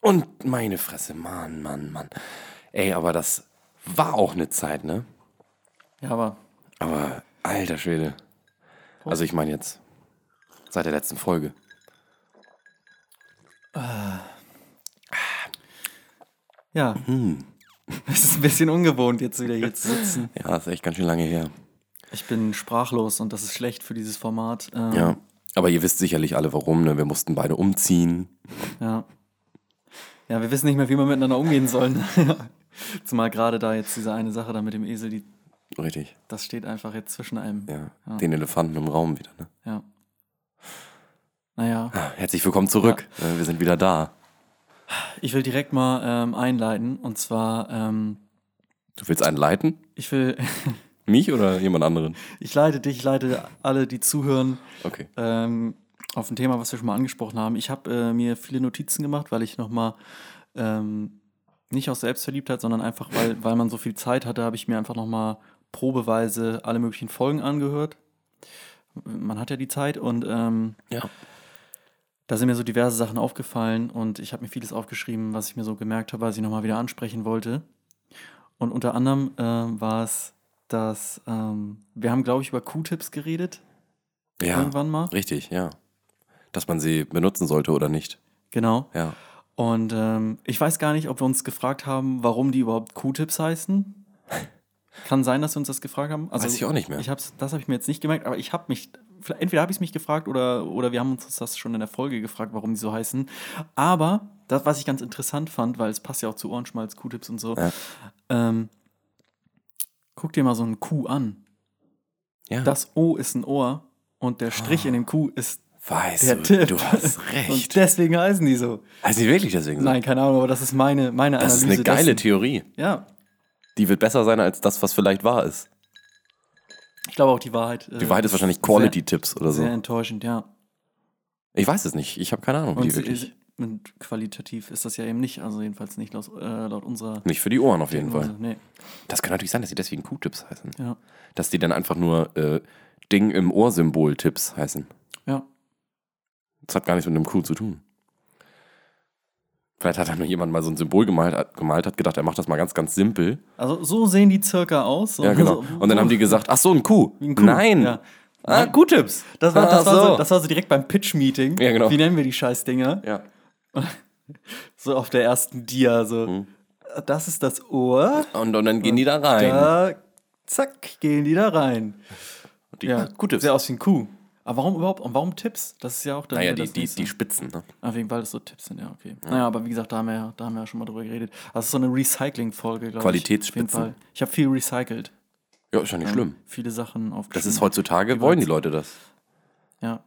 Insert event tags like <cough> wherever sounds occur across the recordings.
Und meine Fresse, Mann, Mann, Mann. Ey, aber das war auch eine Zeit, ne? Ja, aber Aber alter Schwede. Also ich meine jetzt seit der letzten Folge. ja. <laughs> Es ist ein bisschen ungewohnt, jetzt wieder hier zu sitzen. Ja, ist echt ganz schön lange her. Ich bin sprachlos und das ist schlecht für dieses Format. Ähm, Ja. Aber ihr wisst sicherlich alle warum, ne? Wir mussten beide umziehen. Ja. Ja, wir wissen nicht mehr, wie wir miteinander umgehen sollen. <laughs> Zumal gerade da jetzt diese eine Sache da mit dem Esel, die, Richtig. das steht einfach jetzt zwischen einem. Ja. Den Elefanten im Raum wieder, ne? Ja. Naja, Ah, Herzlich willkommen zurück. Äh, Wir sind wieder da. ich will direkt mal ähm, einleiten und zwar, ähm, Du willst einen leiten? ich will, <laughs> Mich oder jemand anderen? ich leite dich, ich leite alle, die zuhören, Okay. ähm, auf ein Thema, was wir schon mal angesprochen haben. Ich habe äh, mir viele Notizen gemacht, weil ich nochmal ähm, nicht aus Selbstverliebtheit, sondern einfach, weil, weil man so viel Zeit hatte, habe ich mir einfach nochmal probeweise alle möglichen Folgen angehört. Man hat ja die Zeit und ähm, Ja. da sind mir so diverse Sachen aufgefallen und ich habe mir vieles aufgeschrieben, was ich mir so gemerkt habe, was ich nochmal wieder ansprechen wollte. Und unter anderem ähm, war es, dass ähm, wir haben, glaube ich, über Q-Tips geredet Ja. irgendwann mal. Richtig, ja. Dass man sie benutzen sollte oder nicht. Genau. Ja. Und ähm, ich weiß gar nicht, ob wir uns gefragt haben, warum die überhaupt Q-Tips heißen. Kann sein, dass wir uns das gefragt haben. Also, Weiß ich auch nicht mehr. Ich hab's, das habe ich mir jetzt nicht gemerkt, aber ich habe mich, vielleicht- entweder habe ich es mich gefragt oder, oder wir haben uns das schon in der Folge gefragt, warum die so heißen. Aber das, was ich ganz interessant fand, weil es passt ja auch zu Ohrenschmalz, Q-Tips und so, Ja. ähm, guck dir mal so einen Q an. Ja. Das O ist ein Ohr und der Strich in dem Q ist Weißt der du, Tipp. du hast Und recht. deswegen heißen die so. Heißt nicht wirklich deswegen so? Nein, keine Ahnung, aber das ist meine, meine Also Das ist Analyse. eine geile dessen. Theorie. Ja, Die wird besser sein als das, was vielleicht wahr ist. ich glaube auch die Wahrheit. äh, Die Wahrheit ist wahrscheinlich Quality-Tipps oder Sehr, sehr so. enttäuschend, ja. Ich weiß es nicht. Ich habe keine Ahnung, wie Und, äh, die wirklich. und qualitativ ist das ja eben nicht, also jedenfalls nicht laut, äh, laut unserer. Nicht für die Ohren auf jeden Prognose. Fall. Nee, Das kann natürlich sein, dass die deswegen Q-Tipps heißen. ja. Dass die dann einfach nur äh, Ding im Ohr-Symbol-Tipps heißen. Ja. Das hat gar nichts mit einem Q zu tun. Vielleicht hat dann nur jemand mal so ein Symbol gemalt, hat- gemalt hat gedacht, er macht das mal ganz, ganz simpel. Also so sehen die circa aus. Ja, genau. so- Und dann haben die gesagt, ach so, ein Q. Wie ein Kuh. Nein. Ja. Ah, Q-Tipps. Das war, das, Ach war so, so. das war so direkt beim Pitch-Meeting. Ja, genau. Wie nennen wir die Scheißdinger? ja. So auf der ersten Dia. So. Hm. Das ist das Ohr. Und, und dann gehen die da rein. Da, zack, gehen die da rein. die, Ja, Q-Tipps. Sehr aus wie ein Kuh. Aber warum überhaupt? Und warum Tipps? Das ist ja auch dann. Naja, wieder die, das die, nächste. die Spitzen. Ne? Ah, wegen, weil das so Tipps sind, ja, okay. Naja, aber wie gesagt, da haben wir, ja- da haben wir ja schon mal drüber geredet. Das ist so eine Recycling-Folge, glaube ich. Qualitätsspitzen. Auf jeden Fall. Ich habe viel recycelt. Ja, ist ja nicht schlimm. Viele Sachen aufgeschrieben. Das ist heutzutage, wollen die Leute das. Ja.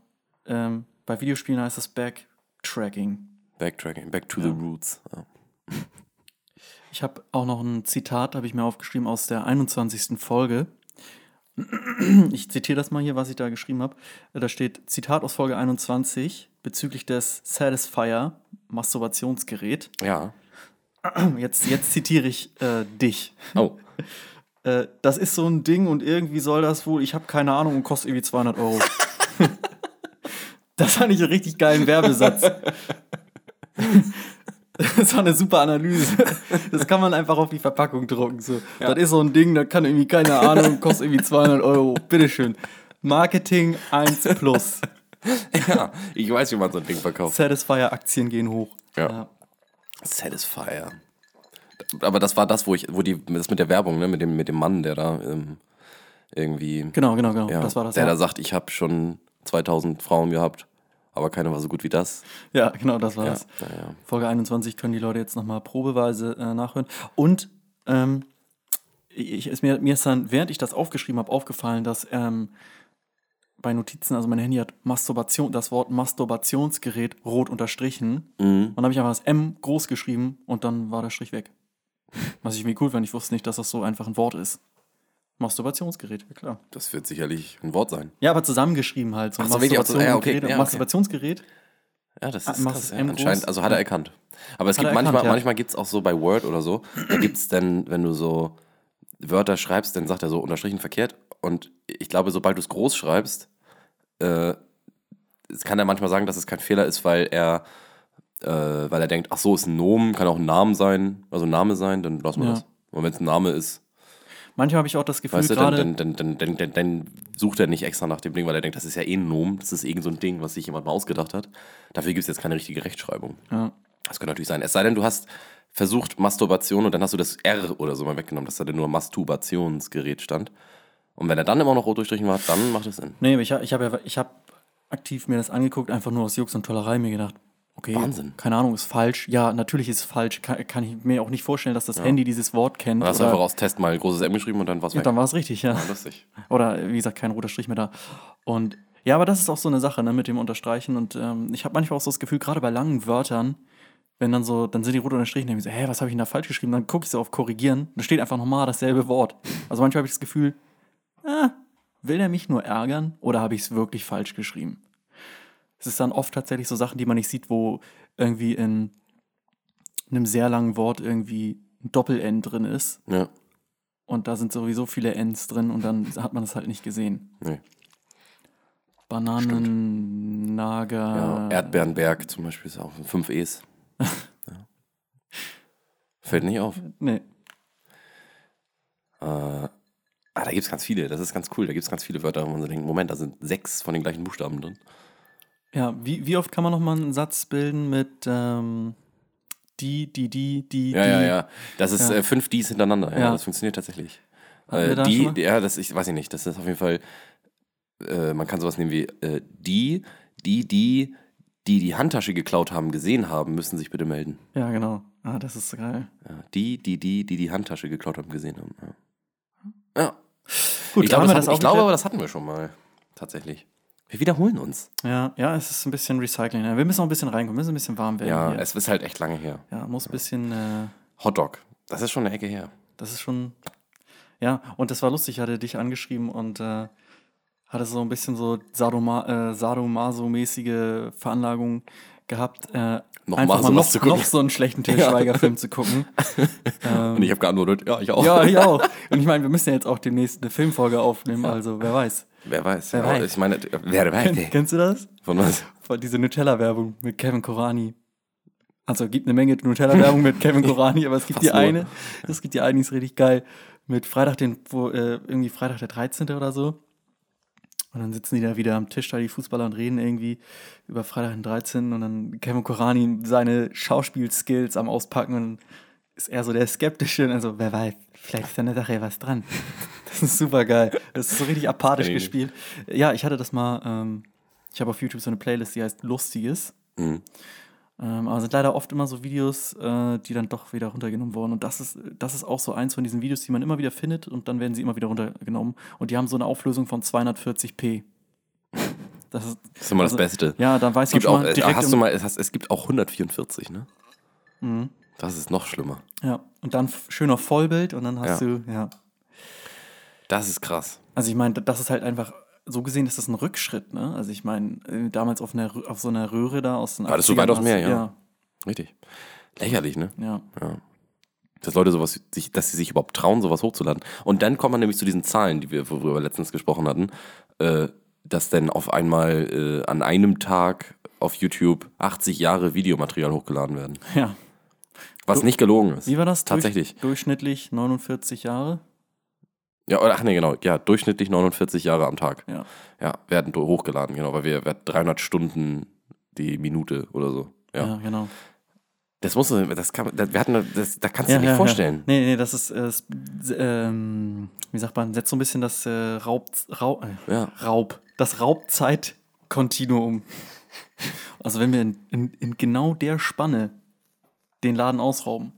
Ähm, bei Videospielen heißt das Backtracking. Backtracking, back to the roots. Ja. Ich habe auch noch ein Zitat, habe ich mir aufgeschrieben, aus der 21. Folge. Ich zitiere das mal hier, was ich da geschrieben habe. Da steht Zitat aus Folge 21 bezüglich des Satisfier Masturbationsgerät. ja. Jetzt, jetzt zitiere ich äh, dich. Oh. Äh, das ist so ein Ding und irgendwie soll das wohl, ich habe keine Ahnung und kostet irgendwie 200 Euro. das fand ich einen richtig geilen Werbesatz. Das war eine super Analyse. Das kann man einfach auf die Verpackung drucken. So. Das ist so ein Ding, das kann irgendwie keine Ahnung, kostet irgendwie 200 Euro. Bitteschön. Marketing 1 plus. <laughs> Ja, ich weiß, wie man so ein Ding verkauft. Satisfier Aktien gehen hoch. Ja. Satisfier. Aber das war das, wo ich, wo die, das mit der Werbung, ne, mit dem, mit dem Mann, der da ähm, irgendwie, Genau, genau, genau. ja, Das war das. der ja. da sagt, ich habe schon 2000 Frauen gehabt, aber keine war so gut wie das. Ja, genau, das war das. ja, ja. Folge 21 können die Leute jetzt nochmal probeweise äh, nachhören. Und ähm, ich, ist mir, mir ist dann, während ich das aufgeschrieben habe, aufgefallen, dass ähm, bei Notizen, also mein Handy hat Masturbation, das Wort Masturbationsgerät rot unterstrichen. Mhm. Und dann habe ich einfach das M groß geschrieben und dann war der Strich weg. Was ich irgendwie cool fand, ich wusste nicht, dass das so einfach ein Wort ist. Masturbationsgerät, ja klar. Das wird sicherlich ein Wort sein. Ja, aber zusammengeschrieben halt. So Ach so, wirklich auch so- ja, okay, Masturbationsgerät und ja, okay. Masturbationsgerät. Ja, das Ah, ist machst krass, du ja, M anscheinend, groß? also hat er erkannt. Aber es Hat gibt er manchmal, erkannt, ja. manchmal gibt es auch so bei Word oder so, da gibt es dann, wenn du so Wörter schreibst, dann sagt er so unterstrichen verkehrt. Und ich glaube, sobald du es groß schreibst, äh, es kann er manchmal sagen, dass es kein Fehler ist, weil er äh, weil er denkt, ach so, ist ein Nomen, kann auch ein Name sein, also ein Name sein, dann lassen wir Ja. das. Und wenn es ein Name ist, Manchmal habe ich auch das Gefühl, weißt du, dann, gerade. dann, dann, dann, dann, dann, dann sucht er nicht extra nach dem Ding, weil er denkt, das ist ja eh ein Nomen, das ist irgend so ein Ding, was sich jemand mal ausgedacht hat. Dafür gibt es jetzt keine richtige Rechtschreibung. Ja. Das könnte natürlich sein. Es sei denn, du hast versucht Masturbation und dann hast du das R oder so mal weggenommen, dass da dann nur Masturbationsgerät stand. Und wenn er dann immer noch rot durchstrichen war, dann macht es Sinn. Nee, aber ich, ha- ich habe ja, ich habe aktiv mir das angeguckt, einfach nur aus Jux und Tollerei mir gedacht, okay, Wahnsinn. keine Ahnung, ist falsch. Ja, natürlich ist es falsch. Kann, kann ich mir auch nicht vorstellen, dass das Handy dieses Wort kennt. Dann hast du oder- einfach aus Test mal ein großes M geschrieben und dann war es ja, weg. dann war es richtig, ja. War Lustig. Oder wie gesagt, kein roter Strich mehr da. Und ja, aber das ist auch so eine Sache, ne, mit dem Unterstreichen. Und ähm, ich habe manchmal auch so das Gefühl, gerade bei langen Wörtern, wenn dann so, dann sind die rot unterstrichen, dann denk ich so, hä, was habe ich denn da falsch geschrieben? Dann gucke ich so auf Korrigieren, da steht einfach nochmal dasselbe Wort. Also manchmal habe ich das Gefühl, ah, will er mich nur ärgern oder habe ich es wirklich falsch geschrieben? Es ist dann oft tatsächlich so Sachen, die man nicht sieht, wo irgendwie in einem sehr langen Wort irgendwie ein Doppel-N drin ist. Ja. Und da sind sowieso viele Ns drin und dann hat man das halt nicht gesehen. Nee. Bananen, Ja, Nager. Erdbeerenberg zum Beispiel ist auch fünf E's. ja. Fällt nicht auf. nee. Äh, ah, da gibt es ganz viele, das ist ganz cool. Da gibt es ganz viele Wörter, wo man so denkt, Moment, da sind sechs von den gleichen Buchstaben drin. Ja, wie, wie oft kann man nochmal einen Satz bilden mit ähm, die, die, die, die, Ja, die? ja, ja. Das ist Ja. Äh, fünf Ds hintereinander. Ja, Ja. das funktioniert tatsächlich. Hatten wir Äh, da die, schon mal? ja, das, ich weiß ich nicht. Das ist auf jeden Fall, äh, man kann sowas nehmen wie äh, die, die, die, die die Handtasche geklaut haben, gesehen haben, müssen sich bitte melden. Ja, genau. Ah, das ist so geil. Ja, die, die, die, die die Handtasche geklaut haben, gesehen haben. Ja. ja. Gut, ich glaube, haben wir das, hatten- ich glaube aufgeklärt? aber, das hatten wir schon mal. Tatsächlich. Wir wiederholen uns. Ja, ja, es ist ein bisschen Recycling. Ja, Wir müssen auch ein bisschen reinkommen, müssen ein bisschen warm werden. Ja, hier. es ist halt echt lange her. ja muss ein bisschen. Äh, Hotdog. Das ist schon eine Ecke her. Das ist schon. Ja, und das war lustig, ich hatte dich angeschrieben und äh, hatte so ein bisschen so Sadoma, äh, Sadomaso-mäßige Veranlagung gehabt, äh, Noch mal einfach mal sowas noch, zu gucken. noch so einen <laughs> schlechten Til Schweiger-Film zu gucken. Und ich habe geantwortet, ja, ich auch. Ja, ich auch. Und ich meine, wir müssen ja jetzt auch demnächst eine Filmfolge aufnehmen, also wer weiß. Wer weiß. Wer ja, weiß. Ich meine, wer Kenn, weiß. kennst du das? Von was? Von diese Nutella-Werbung mit Kevin Korani. Also gibt eine Menge Nutella-Werbung <laughs> mit Kevin Korani, aber es gibt Fast die nur. eine, es gibt die eine, die ist richtig geil. Mit Freitag, den, wo, äh, irgendwie Freitag der 13. oder so. Und dann sitzen die da wieder am Tisch, da die Fußballer und reden irgendwie über Freitag den 13. Und dann Kevin Korani seine Schauspielskills am Auspacken und ist er so der Skeptische. Und also, wer weiß, vielleicht ist an der Sache ja was dran. Das ist super geil. Das ist so richtig apathisch Ey. gespielt. Ja, ich hatte das mal, ähm, ich habe auf YouTube so eine Playlist, die heißt Lustiges. Mhm. Ähm, aber es sind leider oft immer so Videos, äh, die dann doch wieder runtergenommen wurden. Und das ist, das ist auch so eins von diesen Videos, die man immer wieder findet und dann werden sie immer wieder runtergenommen. Und die haben so eine Auflösung von 240p. Das ist, Das ist immer das Also, Beste. ja, da weiß Es gibt man auch, schon mal äh, direkt. hast du im- mal, es, hast, es gibt auch 144, ne? Mhm. Das ist noch schlimmer. ja, und dann f- schön auf Vollbild und dann hast Ja. du, ja. Das ist krass. Also ich meine, das ist halt einfach, so gesehen ist das ein Rückschritt, ne? Also ich meine, äh, damals auf, einer, Rö- auf so einer Röhre da aus den War das so 80ern weit aufs hast- Meer, ja? Richtig. Lächerlich, ne? Ja, ja. Ja. Dass Leute sowas, sich, dass sie sich überhaupt trauen, sowas hochzuladen. Und dann kommt man nämlich zu diesen Zahlen, die wir, worüber wir letztens gesprochen hatten, äh, dass dann auf einmal äh, an einem Tag auf YouTube 80 Jahre Videomaterial hochgeladen werden. ja. <laughs> Was Du- nicht gelogen ist. Wie war das? Durch- Tatsächlich. Durchschnittlich 49 Jahre. Ja, oder, ach nee, genau. Ja, durchschnittlich 49 Jahre am Tag. Ja. Ja, werden do- hochgeladen, genau, weil wir wir hatten 300 Stunden die Minute oder so. Ja. ja genau. Das musst du, das kann, das, wir hatten, das, da kannst du Ja, dir nicht ja, vorstellen. Ja. Nee, nee, das ist, äh, s- s- ähm, wie sagt man, setzt so ein bisschen das äh, Raub, Raub, äh, Ja. Raub, das Raubzeitkontinuum. Also wenn wir in, in, in genau der Spanne den Laden ausrauben,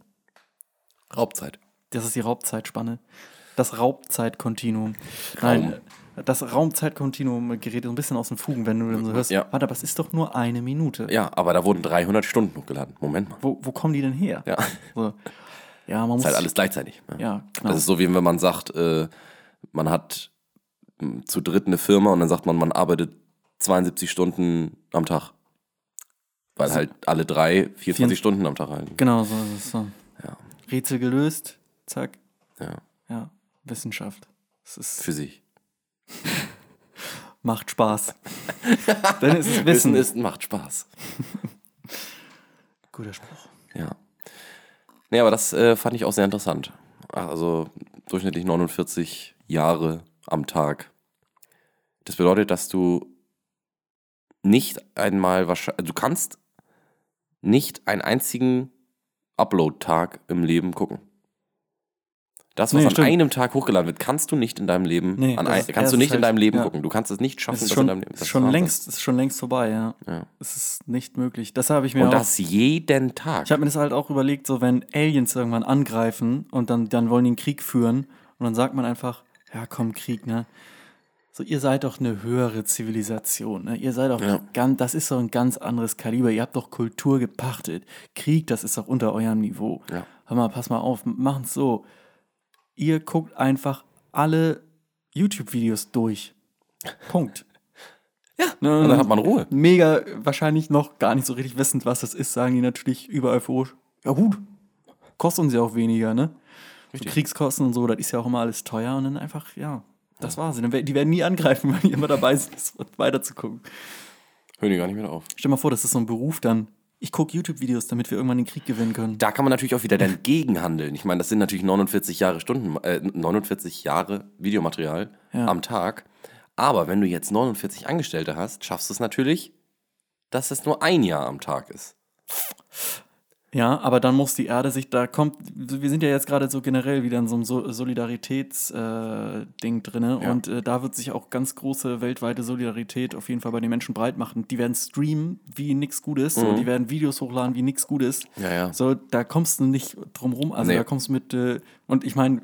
Raubzeit. das ist die Raubzeitspanne, das Raubzeitkontinuum. Nein, äh, das Raumzeitkontinuum gerät so ein bisschen aus den Fugen, wenn du dann so hörst, Ja. warte, aber es ist doch nur eine Minute. Ja, aber da wurden 300 Stunden hochgeladen. Moment mal. Wo, wo kommen die denn her? Ja, So. Ja, man muss ist halt alles gleichzeitig. ne? Ja, genau. Das ist so, wie wenn man sagt, äh, man hat m, zu dritt eine Firma und dann sagt man, man arbeitet 72 Stunden am Tag. Weil halt alle drei 24 Vier- Stunden am Tag halten. Genau, so ist es. So. Ja. Rätsel gelöst, zack. Ja, Ja, Wissenschaft. Es ist, für sich. <laughs> macht Spaß. Dann ist es Wissen. ist, macht Spaß. Guter Spruch. Ja. Nee, aber das äh, fand ich auch sehr interessant. Ach, Also durchschnittlich 49 Jahre am Tag. Das bedeutet, dass du nicht einmal wahrscheinlich, also du kannst nicht einen einzigen Upload-Tag im Leben gucken. Das, was Nee, an stimmt. einem Tag hochgeladen wird, kannst du nicht in deinem Leben, Nee, an das ein, ist kannst du erst nicht in halt- deinem Leben ja. gucken. Du kannst es nicht Es schaffen, ist das in schon, deinem Leben. es das ist ist schon Wahnsinn. längst, es ist schon längst vorbei, ja. Ja. Es ist nicht möglich. Das habe ich mir Und auch das jeden Tag. Ich habe mir das halt auch überlegt, so wenn Aliens irgendwann angreifen und dann, dann wollen die einen Krieg führen und dann sagt man einfach, ja komm, Krieg, ne? So, ihr seid doch eine höhere Zivilisation, ne? Ihr seid doch Ja. ganz, das ist doch ein ganz anderes Kaliber. Ihr habt doch Kultur gepachtet. Krieg, das ist doch unter eurem Niveau. Ja. Hör mal, pass mal auf, m- machen's so. Ihr guckt einfach alle YouTube-Videos durch. Punkt. ja. Ne, Und dann hat man Ruhe. mega wahrscheinlich noch gar nicht so richtig wissend, was das ist, sagen die natürlich überall euphorisch. Ja gut, kostet uns ja auch weniger, ne? So Kriegskosten und so, das ist ja auch immer alles teuer und dann einfach, ja, das war's. Dann, wer- die werden nie angreifen, <laughs> weil die immer dabei sind, das weiterzugucken. Hören die gar nicht mehr auf. Stell dir mal vor, das ist so ein Beruf dann. Ich gucke YouTube-Videos, damit wir irgendwann den Krieg gewinnen können. Da kann man natürlich auch wieder dann gegenhandeln. Ich meine, das sind natürlich 49 Jahre Stunden, äh, 49 Jahre Videomaterial Ja. am Tag. Aber wenn du jetzt 49 Angestellte hast, schaffst du es natürlich, dass es nur ein Jahr am Tag ist. Ja, aber dann muss die Erde sich, da kommt, wir sind ja jetzt gerade so generell wieder in so einem so Solidaritätsding äh, Ding drinne Ja. und äh, da wird sich auch ganz große weltweite Solidarität auf jeden Fall bei den Menschen breit machen. Die werden streamen wie nix Gutes, so, die werden Videos hochladen wie nix Gutes. Mhm. Ja, ja. So, da kommst du nicht drum rum, also Nee. da kommst du mit, äh, und ich meine,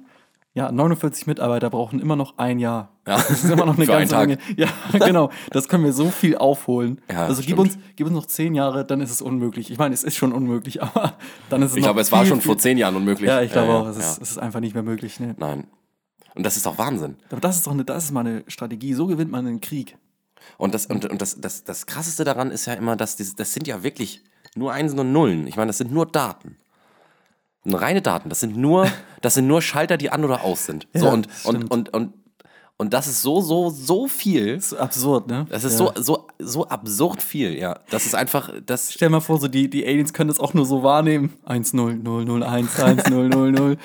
ja, 49 Mitarbeiter brauchen immer noch ein Jahr. Ja. Das ist immer noch <laughs> eine Für einen ganze Tag. Menge. Ja, <laughs> genau. Das können wir so viel aufholen. Ja, also gib stimmt. uns, gib uns noch zehn Jahre, dann ist es unmöglich. Ich meine, es ist schon unmöglich, <laughs> aber dann ist es Ich noch glaube, es war viel, schon viel- vor zehn Jahren unmöglich. Ja, ich glaube auch, es ja. ist, es ist einfach nicht mehr möglich. Ne? Nein. Und das ist doch Wahnsinn. Aber das ist doch eine, das ist mal eine Strategie. So gewinnt man einen Krieg. Und das, und, und das, das, das Krasseste daran ist ja immer, dass dieses, das sind ja wirklich nur Einsen und Nullen. Ich meine, das sind nur Daten. Das sind Reine Daten. Das sind <laughs> nur, das sind nur Schalter, die an oder aus sind. So, Ja, und, das und, stimmt. und, und, und das ist so, so, so viel. Das ist absurd, ne? Das ist ja. so, so, so absurd viel, ja. Das ist einfach, das, Stell dir mal vor, so die, die Aliens können das auch nur so wahrnehmen. 1 0 0 0 <laughs> 1 1 0 0 0.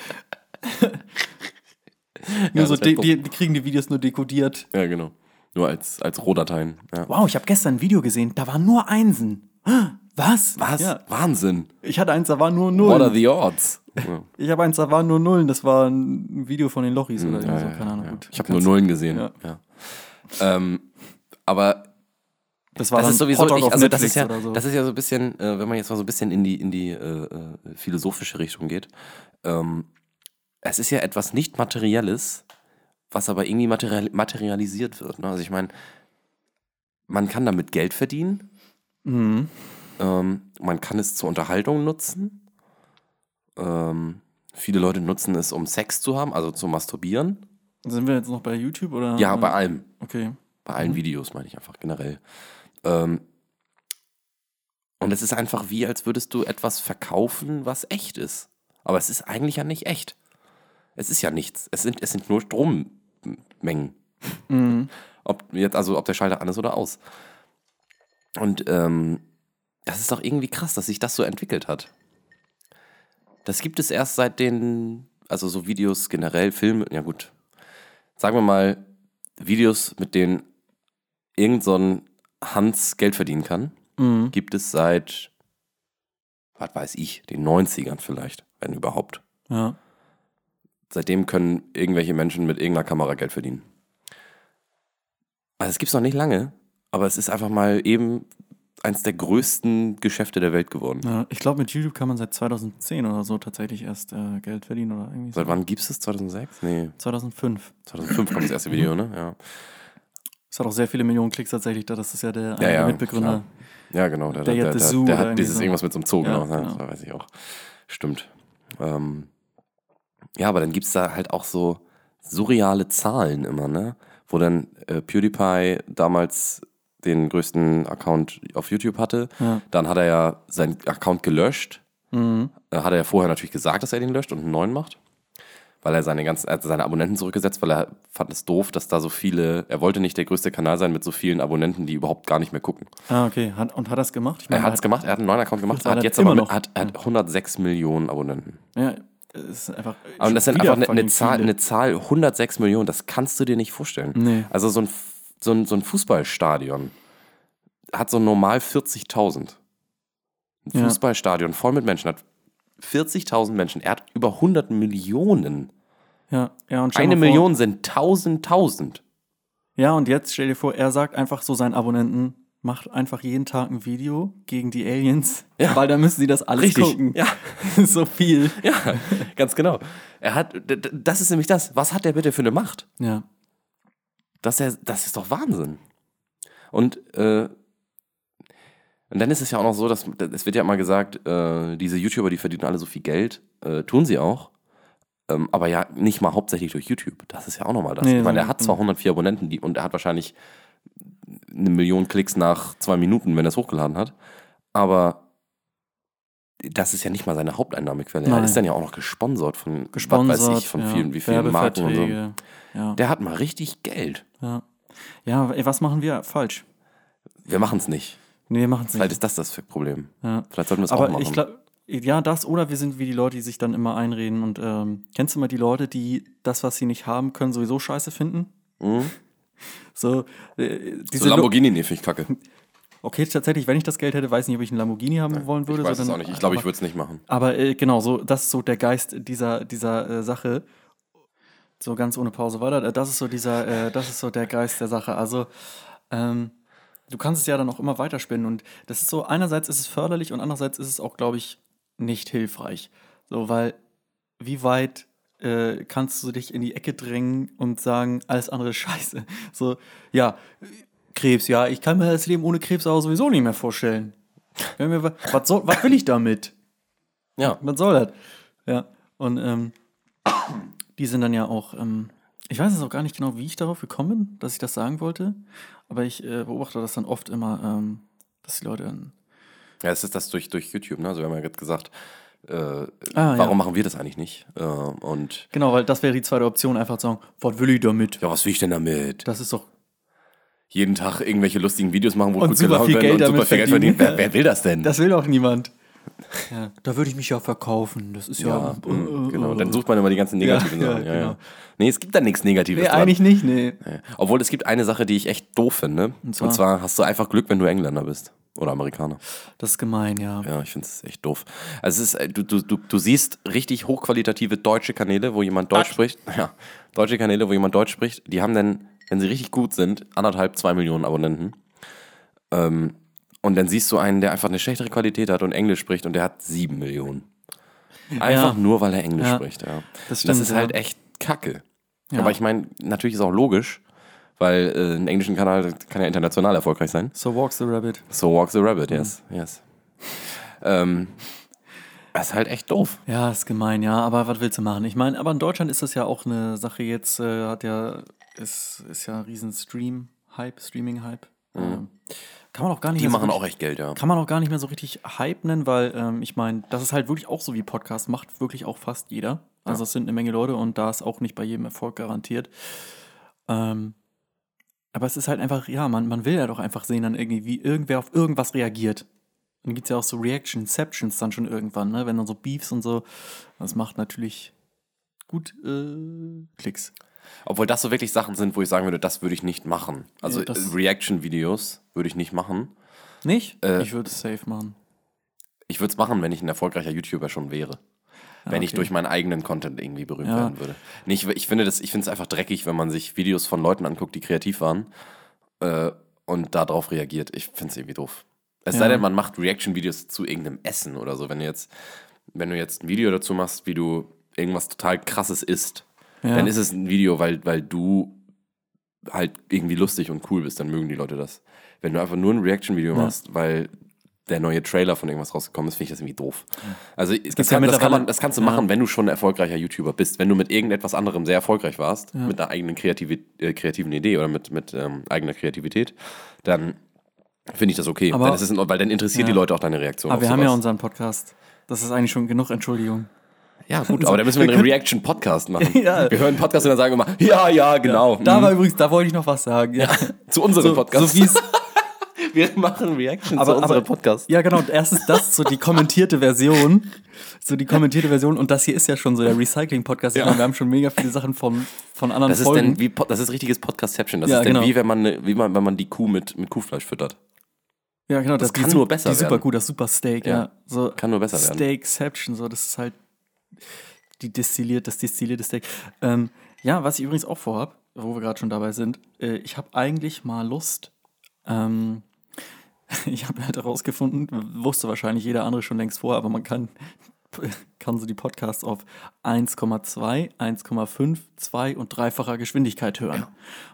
Nur so, das wär die, die, die kriegen die Videos nur dekodiert. ja, genau. Nur als, als Rohdateien. Ja. Wow, ich habe gestern ein Video gesehen, da waren nur Einsen. Was? Was? Ja, Wahnsinn. ich hatte eins, da waren nur What are Nullen. the odds? Ja. Ich habe eins, da waren nur Nullen. Das war ein Video von den Lochis oder Hm, Ja, irgendwie so, ja, keine Ahnung. ja. Gut. Ich habe nur Nullen gesehen. Ja. Ja. Ähm, aber Das war das dann ist sowieso Hotdog ich, auf also das Netflix ist ja oder so. das ist ja so ein bisschen äh, wenn man jetzt mal so ein bisschen in die in die äh, äh, philosophische Richtung geht ähm, es ist ja etwas nicht materielles was aber irgendwie material, materialisiert wird ne? also ich meine man kann damit Geld verdienen mhm. ähm, man kann es zur Unterhaltung nutzen ähm, viele Leute nutzen es um Sex zu haben also zu masturbieren Sind wir jetzt noch bei YouTube oder? ja bei allem Okay. bei allen Videos meine ich einfach generell. Ähm, und es ist einfach wie, als würdest du etwas verkaufen, was echt ist. Aber es ist eigentlich ja nicht echt. Es ist ja nichts. Es sind, es sind nur Strommengen. Mhm. Ob jetzt, also ob der Schalter an ist oder aus. Und ähm, das ist doch irgendwie krass, dass sich das so entwickelt hat. Das gibt es erst seit den, also so Videos generell, Filme, ja gut. Sagen wir mal, Videos, mit denen irgend so ein Hans Geld verdienen kann, Mhm. gibt es seit, was weiß ich, den 90ern vielleicht, wenn überhaupt. Ja. Seitdem können irgendwelche Menschen mit irgendeiner Kamera Geld verdienen. Also es gibt es noch nicht lange, aber es ist einfach mal eben eins der größten Geschäfte der Welt geworden. ja. Ich glaube, mit YouTube kann man seit 2010 oder so tatsächlich erst äh, Geld verdienen oder irgendwie so. Seit wann gibt es das? 2006? Nee, 2005. 2005 kam das erste Video, ne? Ja, Es hat auch sehr viele Millionen Klicks tatsächlich, da. das ist ja der, einer ja, der Mitbegründer. klar. Ja, genau. Der, Der der, der, hat das der, Zoo der oder hat irgendwie dieses so. irgendwas mit so einem Zoo, Ja, genau. Ja, genau. Das weiß ich auch. Stimmt. Ähm, ja, aber dann gibt es da halt auch so surreale Zahlen immer, ne? Wo dann äh, PewDiePie damals den größten Account auf YouTube hatte. Ja. Dann hat er ja seinen Account gelöscht. Mhm. Äh, Hat er ja vorher natürlich gesagt, dass er den löscht und einen neuen macht. weil er seine ganzen, er hat seine Abonnenten zurückgesetzt, weil er fand es doof, dass da so viele, er wollte nicht der größte Kanal sein mit so vielen Abonnenten, die überhaupt gar nicht mehr gucken. Ah, okay. Hat, und hat er es gemacht? Ich Er meine, hat es gemacht, er hat einen neuen Account gemacht, Ja, er hat hat jetzt immer aber mit, noch. hat, hat 106 Millionen Abonnenten. Ja, es ist einfach. Aber das sind wieder einfach eine, eine, fucking Zahl, ne viele. Mhm. eine Zahl, 106 Millionen, das kannst du dir nicht vorstellen. Nee. Also so ein, F- so ein, so ein Fußballstadion hat so normal 40.000. Ein Ja. Fußballstadion voll mit Menschen hat 40.000 Menschen. Er hat über 100 Millionen. Ja, ja, und stell Eine mal vor- Million sind 1000, 1000. Ja, und jetzt stell dir vor, er sagt einfach so seinen Abonnenten, macht einfach jeden Tag ein Video gegen die Aliens, Ja. weil dann müssen sie das alles Richtig. gucken. Ja. <laughs> so viel. Ja, <laughs> ganz genau. Er hat, d- d- das ist nämlich das. Was hat er bitte für eine Macht? Ja. Das, ist- das ist doch Wahnsinn. Und, äh, und dann ist es ja auch noch so, dass es wird ja immer gesagt, äh, diese YouTuber, die verdienen alle so viel Geld, äh, tun sie auch. Ähm, aber ja, nicht mal hauptsächlich durch YouTube. Das ist ja auch nochmal das. Nee, ich meine, nee, er hat nee. zwar 104 Abonnenten die, und er hat wahrscheinlich eine Million Klicks nach zwei Minuten, wenn er es hochgeladen hat. Aber das ist ja nicht mal seine Haupteinnahmequelle. Er Nein. ist dann ja auch noch gesponsert von, Gesponsert. was weiß ich, von ja, vielen, wie vielen Marken und so. Werbeverträge. Ja. Der hat mal richtig Geld. ja. ja, ey, was machen wir falsch? Wir machen es nicht. Nee, wir machen es Vielleicht ist nicht. das das Problem. Ja. Vielleicht sollten wir es auch Aber machen. ich glaube, ja, das oder wir sind wie die Leute, die sich dann immer einreden. Und ähm, kennst du mal die Leute, die das, was sie nicht haben können, sowieso scheiße finden? Mhm. So, äh, diese so Lamborghini, nee, finde ich kacke. Okay, tatsächlich, wenn ich das Geld hätte, weiß nicht, ob ich einen Lamborghini haben wollen würde. ich weiß so es dann- auch nicht. Ich glaube, ich aber- würde es nicht machen. Aber äh, genau, so, das ist so der Geist dieser, dieser äh, Sache. So ganz ohne Pause weiter. Äh, Das ist so dieser, äh, das ist so der Geist der Sache. Also, ähm, du kannst es ja dann auch immer weiterspinnen. Und das ist so, einerseits ist es förderlich und andererseits ist es auch, glaube ich, nicht hilfreich. So, weil wie weit äh, kannst du dich in die Ecke drängen und sagen, alles andere ist <laughs> scheiße. So, ja, Krebs, ja, ich kann mir das Leben ohne Krebs aber sowieso nicht mehr vorstellen. Wenn mir, wa- was, soll, was will ich damit? Ja. Was soll das? Ja. Und ähm, die sind dann ja auch, ähm, ich weiß jetzt auch gar nicht genau, wie ich darauf gekommen bin, dass ich das sagen wollte, aber ich äh, beobachte das dann oft immer, ähm, dass die Leute dann. Ja, es ist das durch, durch YouTube, ne? Also wir haben ja gerade gesagt, äh, Ah, warum ja. machen wir das eigentlich nicht? Äh, und Genau, weil das wäre die zweite Option, einfach zu sagen, was will ich damit? ja, was will ich denn damit? Das ist doch. Jeden Tag irgendwelche lustigen Videos machen, wo Und super viel werden Geld und super damit viel Geld verdienen. verdienen. Wer, wer will das denn? Das will doch niemand. Ja, da würde ich mich ja verkaufen. Das ist ja. äh, ja, mm, genau. Dann sucht man immer die ganzen negativen Ja, ja, Sachen. Ja, ja. genau. Nee, es gibt da nichts Negatives. Nee, dran. eigentlich nicht, nee. Ja. Obwohl es gibt eine Sache, die ich echt doof finde. Und zwar, zwar? hast du einfach Glück, wenn du Engländer bist. Oder Amerikaner. Das ist gemein, ja. Ja, ich finde es echt doof. Also es ist, äh, du, du, du, du siehst richtig hochqualitative deutsche Kanäle, wo jemand Deutsch spricht. <laughs> Ja, deutsche Kanäle, wo jemand Deutsch spricht. Die haben dann, wenn sie richtig gut sind, anderthalb, zwei Millionen Abonnenten. Ähm, und dann siehst du einen, der einfach eine schlechtere Qualität hat und Englisch spricht und der hat sieben Millionen. Einfach Ja. nur, weil er Englisch Ja. spricht. Ja. Das das stimmt, ist halt ja. echt kacke. Ja. Aber ich meine, natürlich ist auch logisch, weil äh, ein englischen Kanal kann ja international erfolgreich sein. So walks the rabbit. So walks the rabbit, yes, yes. Ähm, das ist halt echt doof. Ja, ist gemein, ja, aber was willst du machen? Ich meine, aber in Deutschland ist das ja auch eine Sache jetzt, äh, hat ja, ist, ist ja ein riesen Stream-Hype, Streaming-Hype. Ähm, kann man auch gar nicht Mhm. Die mehr machen so auch richtig, echt Geld, ja. Kann man auch gar nicht mehr so richtig Hype nennen, weil ähm, ich meine, das ist halt wirklich auch so wie Podcast, macht wirklich auch fast jeder. Also es sind eine Menge Leute und da ist auch nicht bei jedem Erfolg garantiert. Ähm, aber es ist halt einfach, ja, man, man will ja doch einfach sehen, dann irgendwie, wie irgendwer auf irgendwas reagiert. Dann gibt es ja auch so Reaction-Septions dann schon irgendwann, ne? Wenn dann so Beefs und so. Das macht natürlich gut äh, Klicks. Obwohl das so wirklich Sachen sind, wo ich sagen würde, das würde ich nicht machen. Also Ja, das- äh, Reaction-Videos würde ich nicht machen. Nicht? Äh, ich würde es safe machen. Ich würde es machen, wenn ich ein erfolgreicher YouTuber schon wäre. Ja, wenn ich Ah, okay. durch meinen eigenen Content irgendwie berühmt Ja. werden würde. Nicht, ich finde das, ich finde es einfach dreckig, wenn man sich Videos von Leuten anguckt, die kreativ waren äh, und darauf reagiert. Ich finde es irgendwie doof. Es sei Ja. denn, man macht Reaction-Videos zu irgendeinem Essen oder so. Wenn du jetzt, wenn du jetzt ein Video dazu machst, wie du irgendwas total krasses isst, Ja. dann ist es ein Video, weil, weil du halt irgendwie lustig und cool bist, dann mögen die Leute das. Wenn du einfach nur ein Reaction-Video Ja. machst, weil der neue Trailer von irgendwas rausgekommen ist, finde ich das irgendwie doof. Also es das, gibt's ja kann, das, kann man, mittlerweile- das kannst du machen, wenn du schon ein erfolgreicher YouTuber bist. Wenn du mit irgendetwas anderem sehr erfolgreich warst, mit einer eigenen kreative, äh, kreativen Idee oder mit, mit ähm, eigener Kreativität, dann finde ich das okay. Aber- dann ist es in Ordnung, weil dann interessiert Ja. die Leute auch deine Reaktion aber auf wir Ah, haben ja sowas. unseren Podcast. Das ist eigentlich schon genug Entschuldigung. <laughs> Ja, gut, aber da müssen wir einen Reaction-Podcast machen. Ja. Wir hören einen Podcast und dann sagen wir mal, ja, ja, genau. Da Mhm. war übrigens, da wollte ich noch was sagen. Ja. zu unserem Podcast. So <laughs> wie es wir machen Reaction aber, zu unserem aber, Podcast. Ja, genau. Und Erstens das, so die kommentierte Version. So die kommentierte Version. Und das hier ist ja schon so der Recycling-Podcast. Ich Ja. meine, Wir haben schon mega viele Sachen von, von anderen Das ist, Folgen. denn wie, Pod- das ist richtiges Podcastception. Das Ja, ist denn genau. wie, wenn man, ne- wie man, wenn man die Kuh mit, mit Kuhfleisch füttert. ja, genau. das die kann Sup- nur besser Die super werden. gut, das super Steak. Ja. Ja. So Kann nur besser werden. Steakception. So, das ist halt die destilliert, das destillierte Steak. Ähm, ja, was ich übrigens auch vorhab, wo wir gerade schon dabei sind, äh, ich habe eigentlich mal Lust. Ähm, <laughs> ich habe halt herausgefunden, wusste wahrscheinlich jeder andere schon längst vor, aber man kann, kann so die Podcasts auf 1,2, 1,5, 2 und dreifacher Geschwindigkeit hören.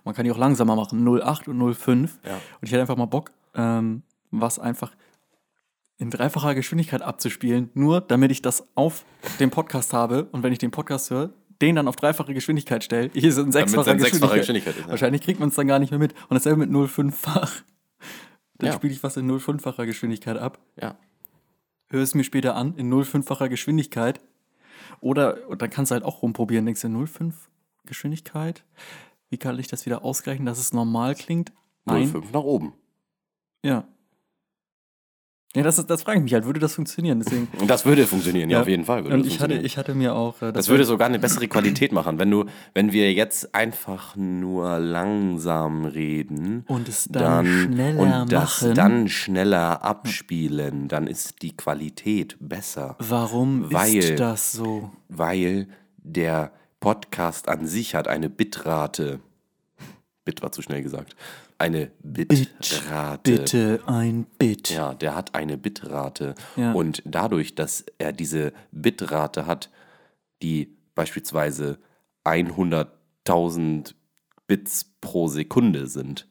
Man kann die auch langsamer machen, 0,8 und 0,5. Genau. Ja. Und ich hätte einfach mal Bock, ähm, was einfach in dreifacher Geschwindigkeit abzuspielen, nur damit ich das auf dem Podcast habe und wenn ich den Podcast höre, den dann auf dreifache Geschwindigkeit stelle, ich es in Damit's sechsfacher in sechsfacher Geschwindigkeit. Geschwindigkeit ist, ja. Wahrscheinlich kriegt man es dann gar nicht mehr mit. Und dasselbe mit 0,5-fach. Dann Ja. spiele ich was in 0,5-facher Geschwindigkeit ab, Ja. höre es mir später an in 0,5-facher Geschwindigkeit. Oder und dann kannst du halt auch rumprobieren, denkst du 0,5 Geschwindigkeit? Wie kann ich das wieder ausgleichen, dass es normal klingt? Ein- 0,5 nach oben. Ja. Ja, das, ist- das frage ich mich halt, würde das funktionieren? Deswegen. Und das würde funktionieren, ja, Ja. auf jeden Fall. <laughs> Würde Und das ich hatte, funktionieren. ich hatte mir auch. äh, das würde sogar eine bessere Qualität machen, wenn du, wenn wir jetzt einfach nur langsam reden Und es dann schneller und das machen. dann schneller abspielen, dann ist die Qualität besser, Warum Weil- ist das so? weil der Podcast an sich hat eine Bitrate. Bit war zu schnell gesagt. Eine Bitrate. Bitte ein Bit. Ja, der hat eine Bitrate. Ja. Und dadurch, dass er diese Bitrate hat, die beispielsweise 100.000 Bits pro Sekunde sind,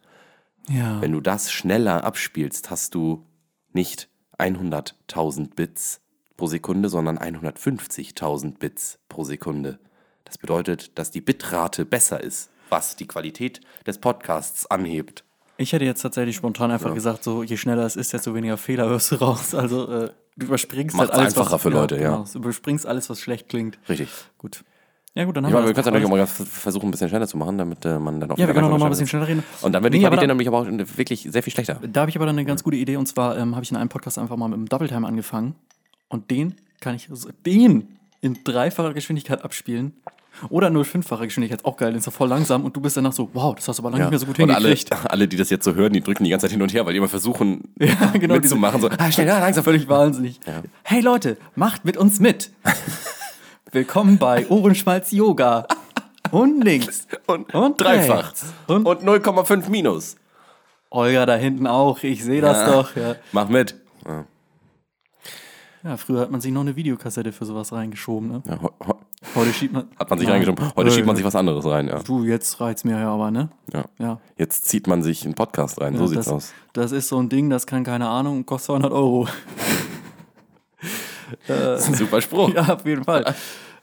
Ja. wenn du das schneller abspielst, hast du nicht 100.000 Bits pro Sekunde, sondern 150.000 Bits pro Sekunde. Das bedeutet, dass die Bitrate besser ist, was die Qualität des Podcasts anhebt. Ich hätte jetzt tatsächlich spontan einfach gesagt, so je schneller es ist, desto weniger Fehler hörst du raus. <laughs> Also äh, du überspringst Macht's halt alles. einfacher was, genau. für Leute, ja. du überspringst alles, was schlecht klingt. Richtig. Gut. Ja, gut, dann Ich haben meine, wir wir. können es das. natürlich auch mal ganz versuchen, ein bisschen schneller zu machen, damit äh, man dann auch ja, wir wieder können langsam auch nochmal ein schneller bisschen schneller reden. ist. Und dann wird die Nee, aber Qualität da- nämlich aber auch äh, wirklich sehr viel schlechter. Da habe ich aber dann eine ganz gute Idee und zwar ähm, habe ich in einem Podcast einfach mal mit dem Double Time angefangen und den kann ich so- den in dreifacher Geschwindigkeit abspielen oder 05-facher Geschwindigkeit, auch geil, den ist ja voll langsam und du bist danach so, wow, das hast du aber lange nicht mehr so gut und alle, <laughs> hingekriegt. alle, die das jetzt so hören, die drücken die ganze Zeit hin und her, weil die immer versuchen <laughs> genau, mitzumachen. So, ah, schnell, ah, langsam. Völlig wahnsinnig. Hey Leute, macht mit uns mit. <laughs> Willkommen bei Ohrenschmalz Yoga. Und links. Und, Und dreifach. rechts. Und, Und- 0,5 minus. Olga da hinten auch, ich sehe das Ja. doch. Ja. Mach mit. ja, früher hat man sich noch eine Videokassette für sowas reingeschoben. Ne? Ja, ho, ho, Heute schiebt man. hat man sich reingeschoben. Äh, Heute schiebt man sich was anderes rein. Ja. Du, jetzt reizt mir ja aber, ne? Ja. Ja. Jetzt zieht man sich einen Podcast rein. So sieht's das, aus. Das ist so ein Ding, das kann keine Ahnung, kostet 200 Euro. <laughs> Das ist ein super Spruch. <laughs> ja, auf <laughs> jeden Fall.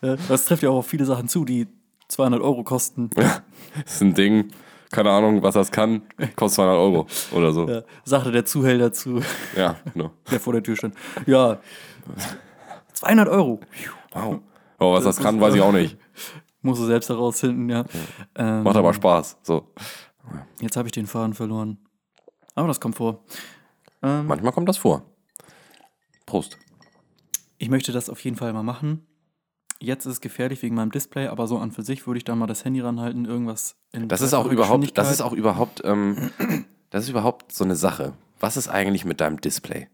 Äh, Das trifft ja auch auf viele Sachen zu, die 200 Euro kosten. Das ist ein Ding. Keine Ahnung, was das kann. Kostet 200 Euro oder so. Ja, sagte der Zuhälter zu, ja genau. der vor der Tür stand. Ja, 200 Euro. Wow. Aber was das, ist, kann, weiß ich auch nicht. Musst du selbst herausfinden, ja. Ähm, Macht aber Spaß. So. jetzt habe ich den Faden verloren. Aber das kommt vor. Ähm, Manchmal kommt das vor. Prost. Ich möchte das auf jeden Fall mal machen. Jetzt ist es gefährlich wegen meinem Display, aber so an für sich würde ich da mal das Handy ranhalten, irgendwas in Das ist auch dreifacher überhaupt, das ist Geschwindigkeit. auch überhaupt, ähm, das ist überhaupt so eine Sache. Was ist eigentlich mit deinem Display?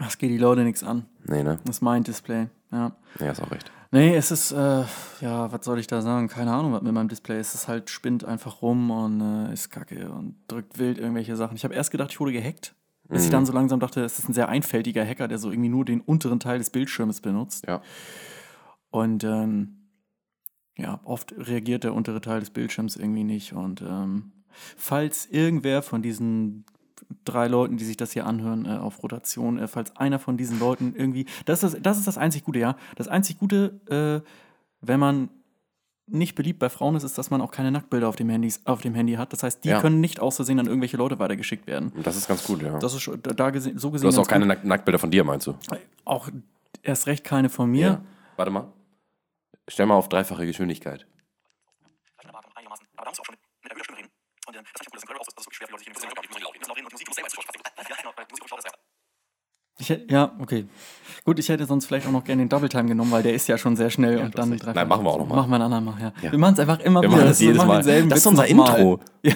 Das geht die Leute nichts an. Nee, ne? Das ist mein Display, ja. Ja, ist auch recht. Nee, es ist, äh, ja, was soll ich da sagen? Keine Ahnung, was mit meinem Display ist. Es halt spinnt einfach rum und äh, ist kacke und drückt wild irgendwelche Sachen. Ich habe erst gedacht, ich wurde gehackt, bis ich dann so langsam dachte, es ist ein sehr einfältiger Hacker, der so irgendwie nur den unteren Teil des Bildschirmes benutzt. Ja. Und ähm, ja, oft reagiert der untere Teil des Bildschirms irgendwie nicht. Und ähm, falls irgendwer von diesen drei Leuten, die sich das hier anhören, äh, auf Rotation, äh, falls einer von diesen Leuten irgendwie, das ist das, das, ist das einzig Gute, ja. Das einzig Gute, äh, wenn man nicht beliebt bei Frauen ist, ist, dass man auch keine Nacktbilder auf dem, Handys, auf dem Handy hat. Das heißt, die Ja. können nicht aus Versehen an irgendwelche Leute weitergeschickt werden. Und das ist ganz gut, ja. Das ist schon- da- da gesehen, so gesehen. du hast auch ganz keine Nack Nacktbilder von dir, meinst du? gut. Auch erst recht keine von mir. Warte mal. Stell mal auf dreifache Geschwindigkeit. Ich, hätt- ja, okay. Gut, ich hätte sonst vielleicht auch noch gerne den Double Time genommen, weil der ist ja schon sehr schnell und du dann hast recht. Nein, machen wir auch noch mal. Machen wir ein andermal, ja. Ja. Wir machen es einfach immer Wir wieder. machen das jedes Mal. denselben Das ist Witz unser nochmal. Intro. Ja.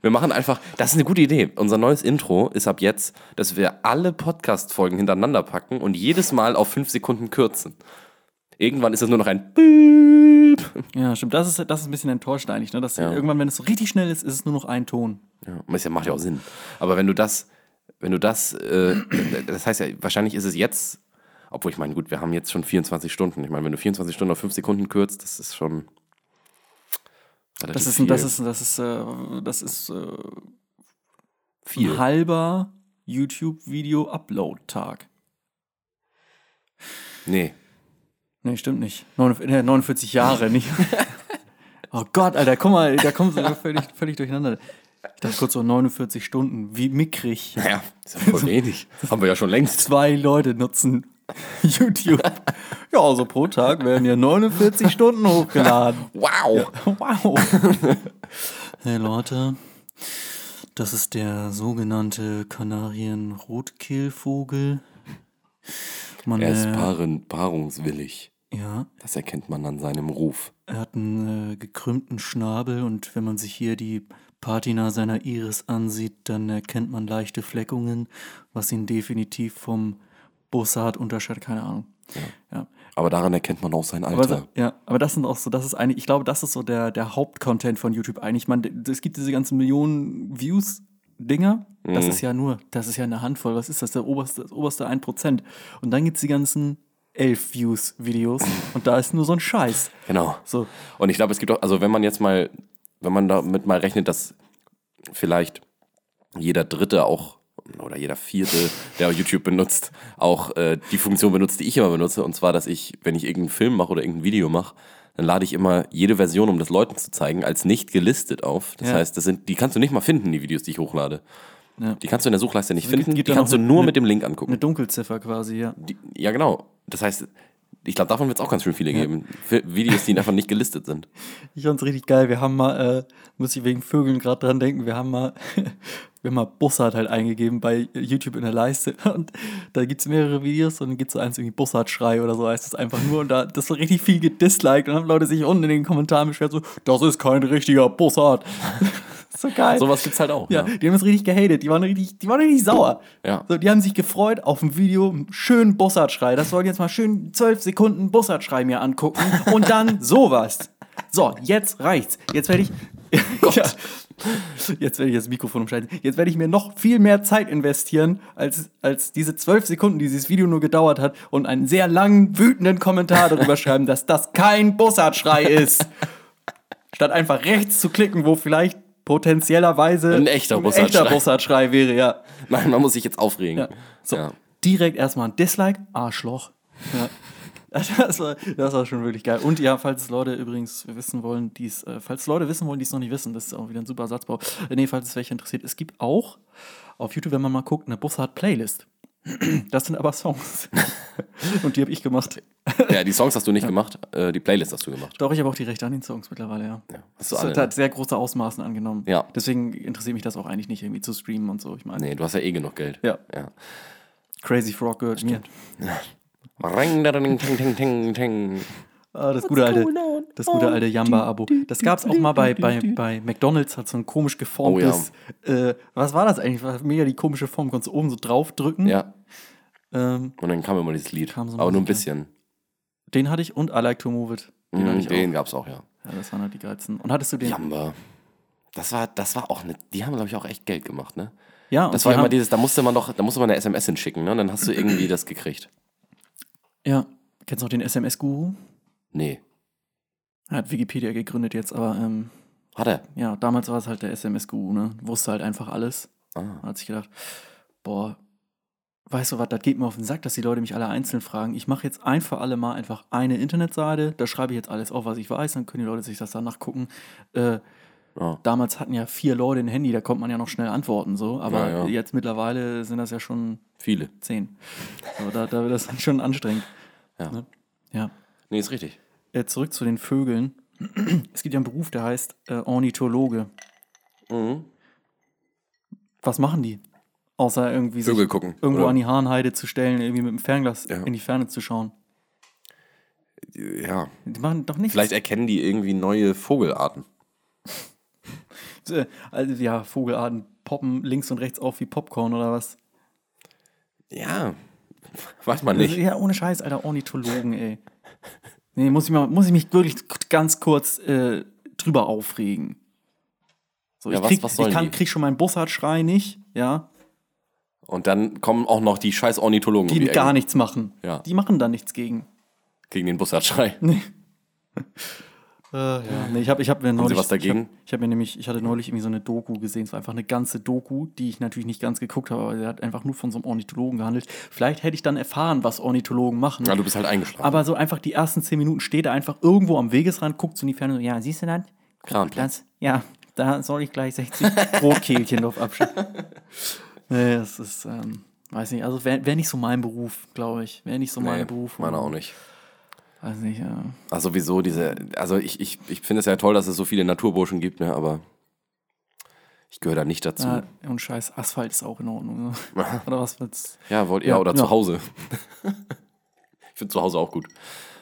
Wir machen einfach, das ist eine gute Idee. Unser neues Intro ist ab jetzt, dass wir alle Podcast-Folgen hintereinander packen und jedes Mal auf fünf Sekunden kürzen. Irgendwann ist das nur noch ein Piep. ja, stimmt. Das ist, das ist ein bisschen enttäuscht eigentlich. Ne? Dass Irgendwann, wenn es so richtig schnell ist, ist es nur noch ein Ton. Ja, das macht ja auch Sinn. Aber wenn du das, wenn du das, äh, <clears throat> das heißt ja, wahrscheinlich ist es jetzt, obwohl ich meine, gut, wir haben jetzt schon 24 Stunden. Ich meine, wenn du 24 Stunden auf fünf Sekunden kürzt, das ist schon. Das relativ ist, ein- das viel. ist, das ist, äh, das ist äh, viel. ein halber YouTube-Video-Upload-Tag. Nee. <laughs> Nee, stimmt nicht. 49, äh, 49 <laughs> Jahre, nicht. Oh Gott, Alter, guck mal, da kommst du völlig, völlig durcheinander. Ich dachte kurz so 49 Stunden, wie mickrig. Naja, ist ja voll <laughs> wenig. Haben wir ja schon längst. Zwei Leute nutzen <laughs> YouTube. Ja, also pro Tag werden ja 49 Stunden hochgeladen. <laughs> Wow. Wow. <laughs> Hey Leute, das ist der sogenannte Kanarien-Rotkehlvogel. Man, Er ist äh, paaren, paarungswillig. ja, Das erkennt man an seinem Ruf. Er hat einen äh, gekrümmten Schnabel und wenn man sich hier die Patina seiner Iris ansieht, dann erkennt man leichte Fleckungen, was ihn definitiv vom Bossard unterscheidet. Keine Ahnung. Ja. Aber daran erkennt man auch sein Aber, Alter. so- ja, aber das sind auch so, das ist eigentlich, ich glaube, das ist so der, der Hauptcontent von YouTube eigentlich. Man, es gibt diese ganzen Millionen Views-Dinger. Das ist ja nur, das ist ja eine Handvoll. Was ist das? Der oberste, das oberste 1%. Und dann gibt es die ganzen 11 Views-Videos und da ist nur so ein Scheiß. Genau. So, Und ich glaube, es gibt auch, also wenn man jetzt mal, wenn man damit mal rechnet, dass vielleicht jeder Dritte auch oder jeder Vierte, der YouTube benutzt, auch äh, die Funktion benutzt, die ich immer benutze. Und zwar, dass ich, wenn ich irgendeinen Film mache oder irgendein Video mache, dann lade ich immer jede Version, um das Leuten zu zeigen, als nicht gelistet auf. Das Ja. heißt, das sind, die kannst du nicht mal finden, die Videos, die ich hochlade. Ja. Die kannst du in der Suchleiste nicht Also gibt- finden, gibt die da kannst noch du nur eine- mit dem Link angucken. Eine Dunkelziffer quasi, ja. Die, ja, genau. Das heißt, ich glaube, davon wird es auch ganz schön viele geben. Fi- Videos, die einfach nicht gelistet sind. Ich fand's richtig geil. Wir haben mal, äh, muss ich wegen Vögeln gerade dran denken, wir haben mal, <laughs> wir haben mal Bussard halt eingegeben bei YouTube in der Leiste. <laughs> Und da gibt's mehrere Videos und dann gibt's so eins irgendwie Bussard-Schrei oder so heißt es einfach nur. Und da das war richtig viel gedisliked und haben Leute sich unten in den Kommentaren beschwert, so, das ist kein richtiger Bussard. <laughs> so geil. Sowas gibt es halt auch. ja, die haben es richtig gehatet, die waren richtig, die waren richtig sauer. Ja. So, die haben sich gefreut auf ein Video, einen schönen Bussardschrei. Das sollen jetzt mal schön zwölf Sekunden Bussardschrei mir angucken und <laughs> dann sowas. So, jetzt reicht's. Jetzt werde ich. <laughs> Ja, jetzt werde ich das Mikrofon umschalten. Jetzt werde ich mir noch viel mehr Zeit investieren, als, als diese zwölf Sekunden, die dieses Video nur gedauert hat, und einen sehr langen, wütenden <laughs> Kommentar darüber schreiben, dass das kein Bussardschrei ist. Statt einfach rechts zu klicken, wo vielleicht potenziellerweise Ein echter echter Bussardschrei. Bussardschrei wäre, ja. Nein, man muss sich jetzt aufregen. Ja. <laughs> So, Ja. direkt erstmal ein Dislike, Arschloch. Ja. <laughs> Das war, das war schon wirklich geil. Und ja, falls Leute übrigens wissen wollen, die es, äh, falls Leute wissen wollen, die es noch nicht wissen, das ist auch wieder ein super Satzbau. Äh, nee, falls es welche interessiert, es gibt auch auf YouTube, wenn man mal guckt, eine Bussard-Playlist. <clears throat> Das sind aber Songs. <laughs> Und die habe ich gemacht. ja, die Songs hast du nicht gemacht, äh, die Playlist hast du gemacht. Doch, ich habe auch die Rechte an den Songs mittlerweile, ja. Hast du Das alle, hat, ne? hat sehr große Ausmaßen angenommen. Ja. Deswegen interessiert mich das auch eigentlich nicht, irgendwie zu streamen und so. Ich meine, Nee, du hast ja eh genug Geld. Ja. ja. Crazy Frog gehört mir. Ring, da, ding, ting, ting, ting, ting. Ah, das gute alte, das gute alte Jamba-Abo. Das gab es auch mal bei, bei, bei McDonalds, hat so ein Oh komisch geformtes. äh, was war das eigentlich? War mega die komische Form. Konntest du oben so draufdrücken. Ja, Ähm, und dann kam immer dieses Lied. Kam so Aber nur ein Musik, ja. bisschen. den hatte ich und I like to move it. Den hatte Den, ich den gab's auch, ja. auch. Ja, das waren halt die geilsten. Und hattest du den? Jamba. Das war, das war auch eine, die haben, glaube ich, auch echt Geld gemacht, ne? Ja, und Das war die immer haben- dieses, da musste man doch, da musste man eine SMS hinschicken, ne? Und dann hast du irgendwie das gekriegt. Ja. Kennst du noch den SMS-Guru? Nee. Er hat Wikipedia gegründet jetzt, aber ähm, Hat er. ja, damals war es halt der SMS-Guru, ne? Wusste halt einfach alles. Ah. Da hat sich gedacht, boah, weißt du was, das geht mir auf den Sack, dass die Leute mich alle einzeln fragen. Ich mache jetzt ein für alle Mal einfach eine Internetseite, da schreibe ich jetzt alles auf, was ich weiß, dann können die Leute sich das danach gucken. Äh, Ja. damals hatten ja vier Leute ein Handy, da konnte man ja noch schnell antworten, so, aber Ja, ja. jetzt mittlerweile sind das ja schon Viele. zehn. So, da, da wird das dann schon anstrengend. Ja. Ne? Ja. Nee, ist richtig. äh, zurück zu den Vögeln. Es gibt ja einen Beruf, der heißt äh, Ornithologe. Mhm. Was machen die? Außer irgendwie sich Vögel gucken. irgendwo oder? an die Hahnheide zu stellen, irgendwie mit dem Fernglas Ja. in die Ferne zu schauen. Ja. Die machen doch nichts. Vielleicht erkennen die irgendwie neue Vogelarten. Äh, also, ja, Vogelarten poppen links und rechts auf wie Popcorn oder was. Ja. Weiß man nicht. Also, Ja, ohne Scheiß, Alter, Ornithologen, ey. Nee, muss ich, mal, muss ich mich wirklich k- ganz kurz äh, drüber aufregen. So, Ja, ich was- krieg, was ich sollen kann, die? krieg schon meinen Bussard-Schrei nicht, ja, Und dann kommen auch noch die scheiß Ornithologen um die Ecke gar nichts machen. Ja. Die machen da nichts gegen. gegen den <laughs> Bussardschrei. Ja, nee, ich habe ich hab mir neulich. was dagegen? Ich, hab, ich hab mir nämlich, ich hatte neulich irgendwie so eine Doku gesehen. Es war einfach eine ganze Doku, die ich natürlich nicht ganz geguckt habe, aber der hat einfach nur von so einem Ornithologen gehandelt. Vielleicht hätte ich dann erfahren, was Ornithologen machen. Ja, du bist halt eingeschlafen. Aber so einfach die ersten zehn Minuten steht er einfach irgendwo am Wegesrand, guckt so in die Ferne, so, ja, siehst du das? Kranplatz. Das, ja, da soll ich gleich <laughs> 60 Brotkehlchen drauf abschneiden. Nee, das ist, ähm, weiß nicht, also wäre wär nicht so mein Beruf, glaube ich. Wäre nicht so mein Nee, Beruf. meiner auch nicht. Weiß nicht, ja. Also sowieso diese, also ich, ich, ich finde es ja toll, dass es so viele Naturburschen gibt, ne, aber ich gehöre da nicht dazu. ja. Und scheiß Asphalt ist auch in Ordnung. <laughs> Ne? Oder was wird's? ja, wollt ihr ja, oder ja. zu Hause. <laughs> ich finde zu Hause auch gut.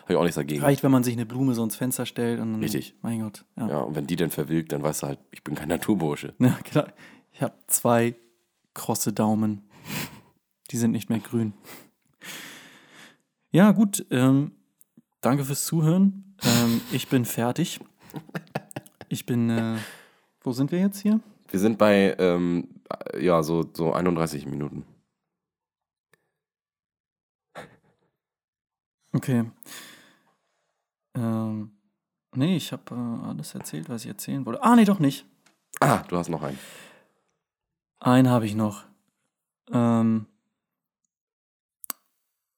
Habe ich auch nichts dagegen. Reicht, wenn man sich eine Blume so ins Fenster stellt und. Richtig. Mein Gott. Ja, <laughs> ja. Ja, und wenn die dann verwilkt, dann weißt du halt, ich bin kein Naturbursche. klar. Ich habe zwei krosse Daumen. Die sind nicht mehr grün. Ja, gut. Ähm, danke fürs Zuhören. Ähm, ich bin fertig. Ich bin. Äh, wo sind wir jetzt hier? Wir sind bei, ähm, ja, so, so 31 Minuten. Okay. Ähm, nee, ich habe äh, alles erzählt, was ich erzählen wollte. Ah, nee, doch nicht. Ah, du hast noch einen. Einen habe ich noch. Ähm,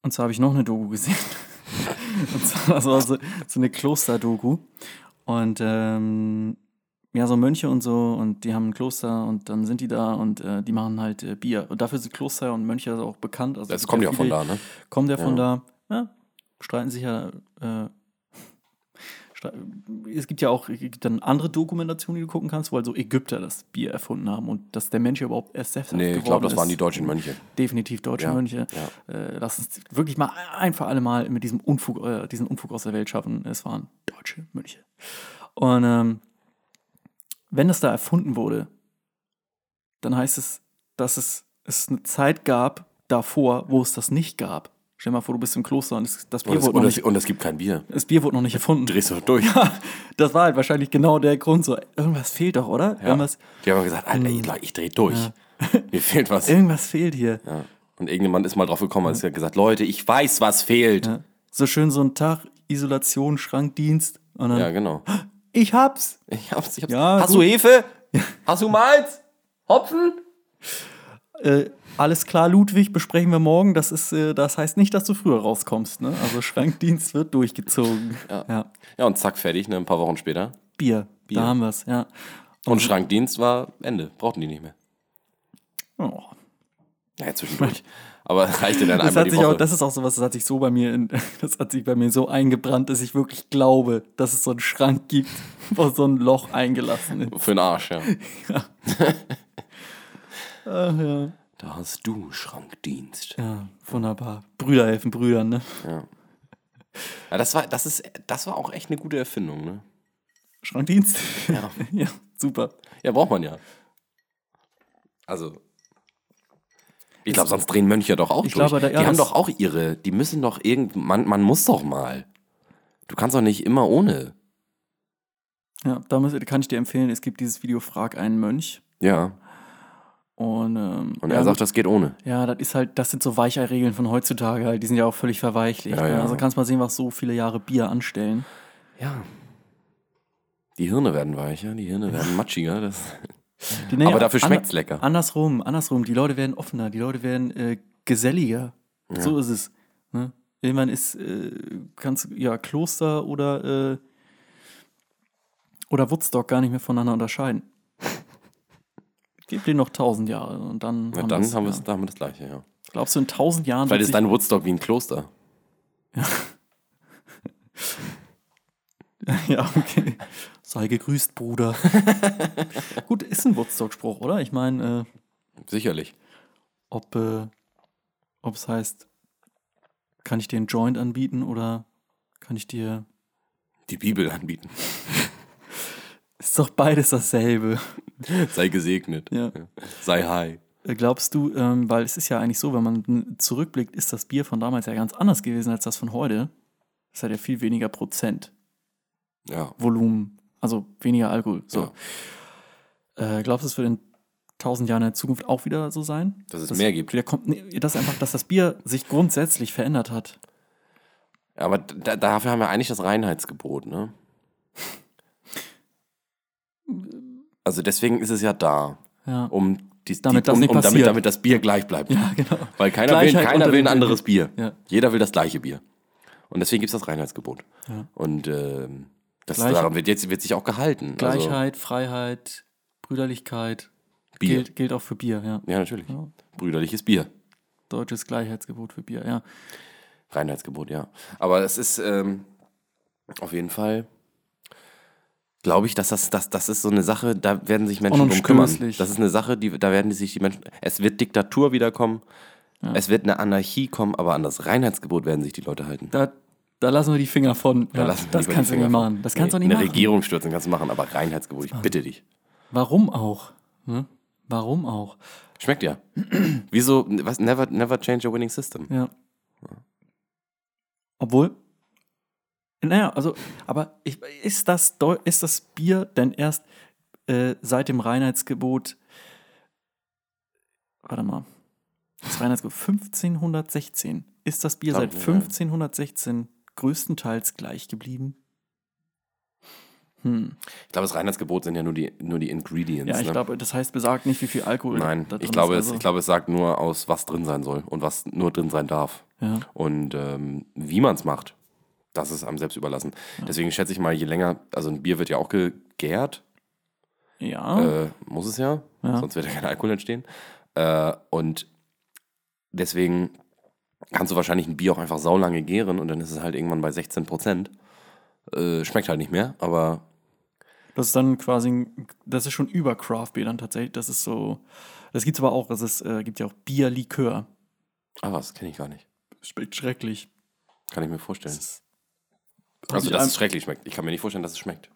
und zwar habe ich noch eine Doku gesehen. <laughs> und zwar das war so, so eine Kloster-Doku. Und ähm, ja, so Mönche und so, und die haben ein Kloster und dann sind die da und äh, die machen halt äh, Bier. Und dafür sind Kloster und Mönche also auch bekannt. Also Das kommt ja von viele- da, ne? Kommt der von Ja. da? Ja, streiten sich ja. Äh, <laughs> stre- es gibt ja auch es gibt dann andere Dokumentationen, die du gucken kannst, wo also Ägypter das Bier erfunden haben und dass der Mensch überhaupt erst selbst Nee, ich glaube, das waren die deutschen Mönche. Definitiv deutsche Ja, Mönche. Äh, lass uns wirklich mal ein für alle Mal mit diesem Unfug, äh, diesen Unfug aus der Welt schaffen. Es waren deutsche Mönche. Und ähm, wenn das da erfunden wurde, dann heißt es, dass es, es eine Zeit gab davor, wo es das nicht gab. Stell dir mal vor, du bist im Kloster und es, das, Bier Und es, wurde noch und, es, nicht, und es gibt kein Bier. das Bier wurde noch nicht erfunden. Drehst du durch. <laughs> Das war halt wahrscheinlich genau der Grund. So, irgendwas fehlt doch, oder? Ja. Irgendwas, Die haben gesagt, Alter, Hm. ich, ich dreh durch. Mir fehlt was. irgendwas fehlt hier. Ja. Und irgendjemand ist mal drauf gekommen und hat gesagt, Leute, ich weiß, was fehlt. Ja, Ja. Ne? So schön so ein Tag, Isolation, Schrankdienst. Und dann, genau. ich hab's. Ich hab's, ich hab's. Ja, Hast gut. du Hefe? Hast du Malz? Hopfen? Äh, alles klar, Ludwig, besprechen wir morgen. Das, ist, äh, das heißt nicht, dass du früher rauskommst. Ne? Also Schrankdienst wird durchgezogen. Ja. Ja, und zack, fertig, ne, ein paar Wochen später. Bier. Bier. Da haben wir's. Ja. Mhm. Und Schrankdienst war Ende. Brauchten die nicht mehr. Oh. Naja, <laughs> zwischendurch. Aber es reichte dann Das, einmal hat die sich auch, Woche. das ist auch sowas, das hat sich so bei mir, in, <laughs> das hat sich bei mir so eingebrannt, dass ich wirklich glaube, dass es so einen Schrank gibt, wo so ein Loch eingelassen ist. Für den Arsch, <laughs> ja. Ach ja. Da hast du Schrankdienst. Ja, wunderbar. Brüder helfen Brüdern, ne? Ja. ja das, war, das, ist, das war auch echt eine gute Erfindung, ne? Schrankdienst. Ja. <laughs> ja super. Ja, braucht man ja. Also. Ich glaube, sonst drehen Mönche doch auch Ich durch. glaube, da- ja, die haben das- doch auch ihre, die müssen doch irgend, man, man muss doch mal. Du kannst doch nicht immer ohne. Ja, da muss, kann ich dir empfehlen, es gibt dieses Video Frag einen Mönch. Ja. Und, ähm, Und ja, er gut. sagt, das geht ohne. Ja, das ist halt, das sind so Weichei-Regeln von heutzutage halt, die sind ja auch völlig verweichlicht. Ja, ne? ja. Also kannst mal sehen, was so viele Jahre Bier anstellen. Ja. Die Hirne werden weicher, die Hirne werden matschiger. <laughs> Das, Die nennen Aber ja dafür ander- schmeckt's lecker. Andersrum, andersrum, die Leute werden offener, die Leute werden äh, geselliger. So ist es. Ne? Irgendwann ist, äh, kannst du, ja Kloster oder, äh, oder Woodstock gar nicht mehr voneinander unterscheiden. Gib denen noch tausend Jahre und dann, na, dann wir's, haben, wir's, ja. da haben wir das Gleiche, ja. Glaubst du, in tausend Jahren Vielleicht wird ist sich- dein Woodstock wie ein Kloster. <laughs> ja, okay. Sei gegrüßt, Bruder. Gut, ist ein Woodstock-Spruch, oder? Ich meine, äh, Sicherlich. ob äh, es heißt, kann ich dir einen Joint anbieten oder kann ich dir. Die Bibel <laughs> anbieten. Ist doch beides dasselbe. Sei gesegnet. Ja. Sei high. Äh, Glaubst du, ähm, weil es ist ja eigentlich so, wenn man n- zurückblickt, ist das Bier von damals ja ganz anders gewesen als das von heute. Es hat ja viel weniger Prozent Ja. Volumen, also weniger Alkohol. So. So. Äh, glaubst du, es wird in tausend Jahren in der Zukunft auch wieder so sein? Dass es mehr gibt. Wieder kommt, nee, das einfach, dass das Bier sich grundsätzlich verändert hat. Aber da, dafür haben wir eigentlich das Reinheitsgebot, <laughs> ne? Also deswegen ist es ja da, Ja, um, die, Damit die, das um, nicht um damit, passiert. damit das Bier gleich bleibt. ja genau. Weil keiner, will, Gleichheit unter keiner will den ein anderes Bier. Ja. Jeder will das gleiche Bier. Und deswegen gibt es das Reinheitsgebot. Ja. Und ähm, das, Gleich- daran wird, jetzt, wird sich auch gehalten. Gleichheit, Freiheit, Brüderlichkeit Also Bier. Gilt, gilt auch für Bier, ja. Ja, natürlich. Ja. Brüderliches Bier. Deutsches Gleichheitsgebot für Bier, ja. Reinheitsgebot, ja. Aber es ist ähm, auf jeden Fall, glaube ich, dass das, das, das ist so eine Sache, da werden sich Menschen drum kümmern. Unumstößlich. Das ist eine Sache, die, da werden sich die Menschen, es wird Diktatur wiederkommen, es wird eine Anarchie kommen, aber an das Reinheitsgebot werden sich die Leute halten. Da, da lassen wir die Finger von. Da ja, lassen wir das lieber die kannst du Finger nicht von. machen. Das kannst du Nee, Eine nicht machen. Ah. Regierung stürzen kannst du machen, aber Reinheitsgebot, ich bitte dich. Warum auch? Ne? Warum auch? Schmeckt ja. Wieso, was, never, never change a winning system. Ja. Obwohl. Naja, also, aber ich, ist, das, Deu- ist das Bier denn erst äh, seit dem Reinheitsgebot. Warte mal. Das Reinheitsgebot 1516. Ist das Bier seit Verdammt, ja. 1516 größtenteils gleich geblieben? Hm. Ich glaube, das Reinheitsgebot sind ja nur die, nur die Ingredients. Ja, ich ne? glaube, das heißt, besagt nicht, wie viel Alkohol. Nein, da drin ich glaube, ist, also es, ich glaube, es sagt nur aus, was drin sein soll und was nur drin sein darf. Ja. Und ähm, wie man es macht, das ist einem selbst überlassen. Deswegen schätze ich mal, je länger, also ein Bier wird ja auch gegärt, Ja. äh, muss es ja, Oh. Ja. sonst wird ja kein Alkohol entstehen. Äh, und deswegen kannst du wahrscheinlich ein Bier auch einfach saulange gären und dann ist es halt irgendwann bei 16 Prozent. Äh, schmeckt halt nicht mehr, aber Das ist dann quasi, ein- das ist schon über Craft Beer dann tatsächlich. Das ist so, das gibt's aber auch, das ist, äh, gibt ja auch Bierlikör. ah, was, kenne ich gar nicht. Schmeckt schrecklich. Kann ich mir vorstellen. Das Also, ich dass ein- es schrecklich schmeckt. Ich kann mir nicht vorstellen, dass es schmeckt.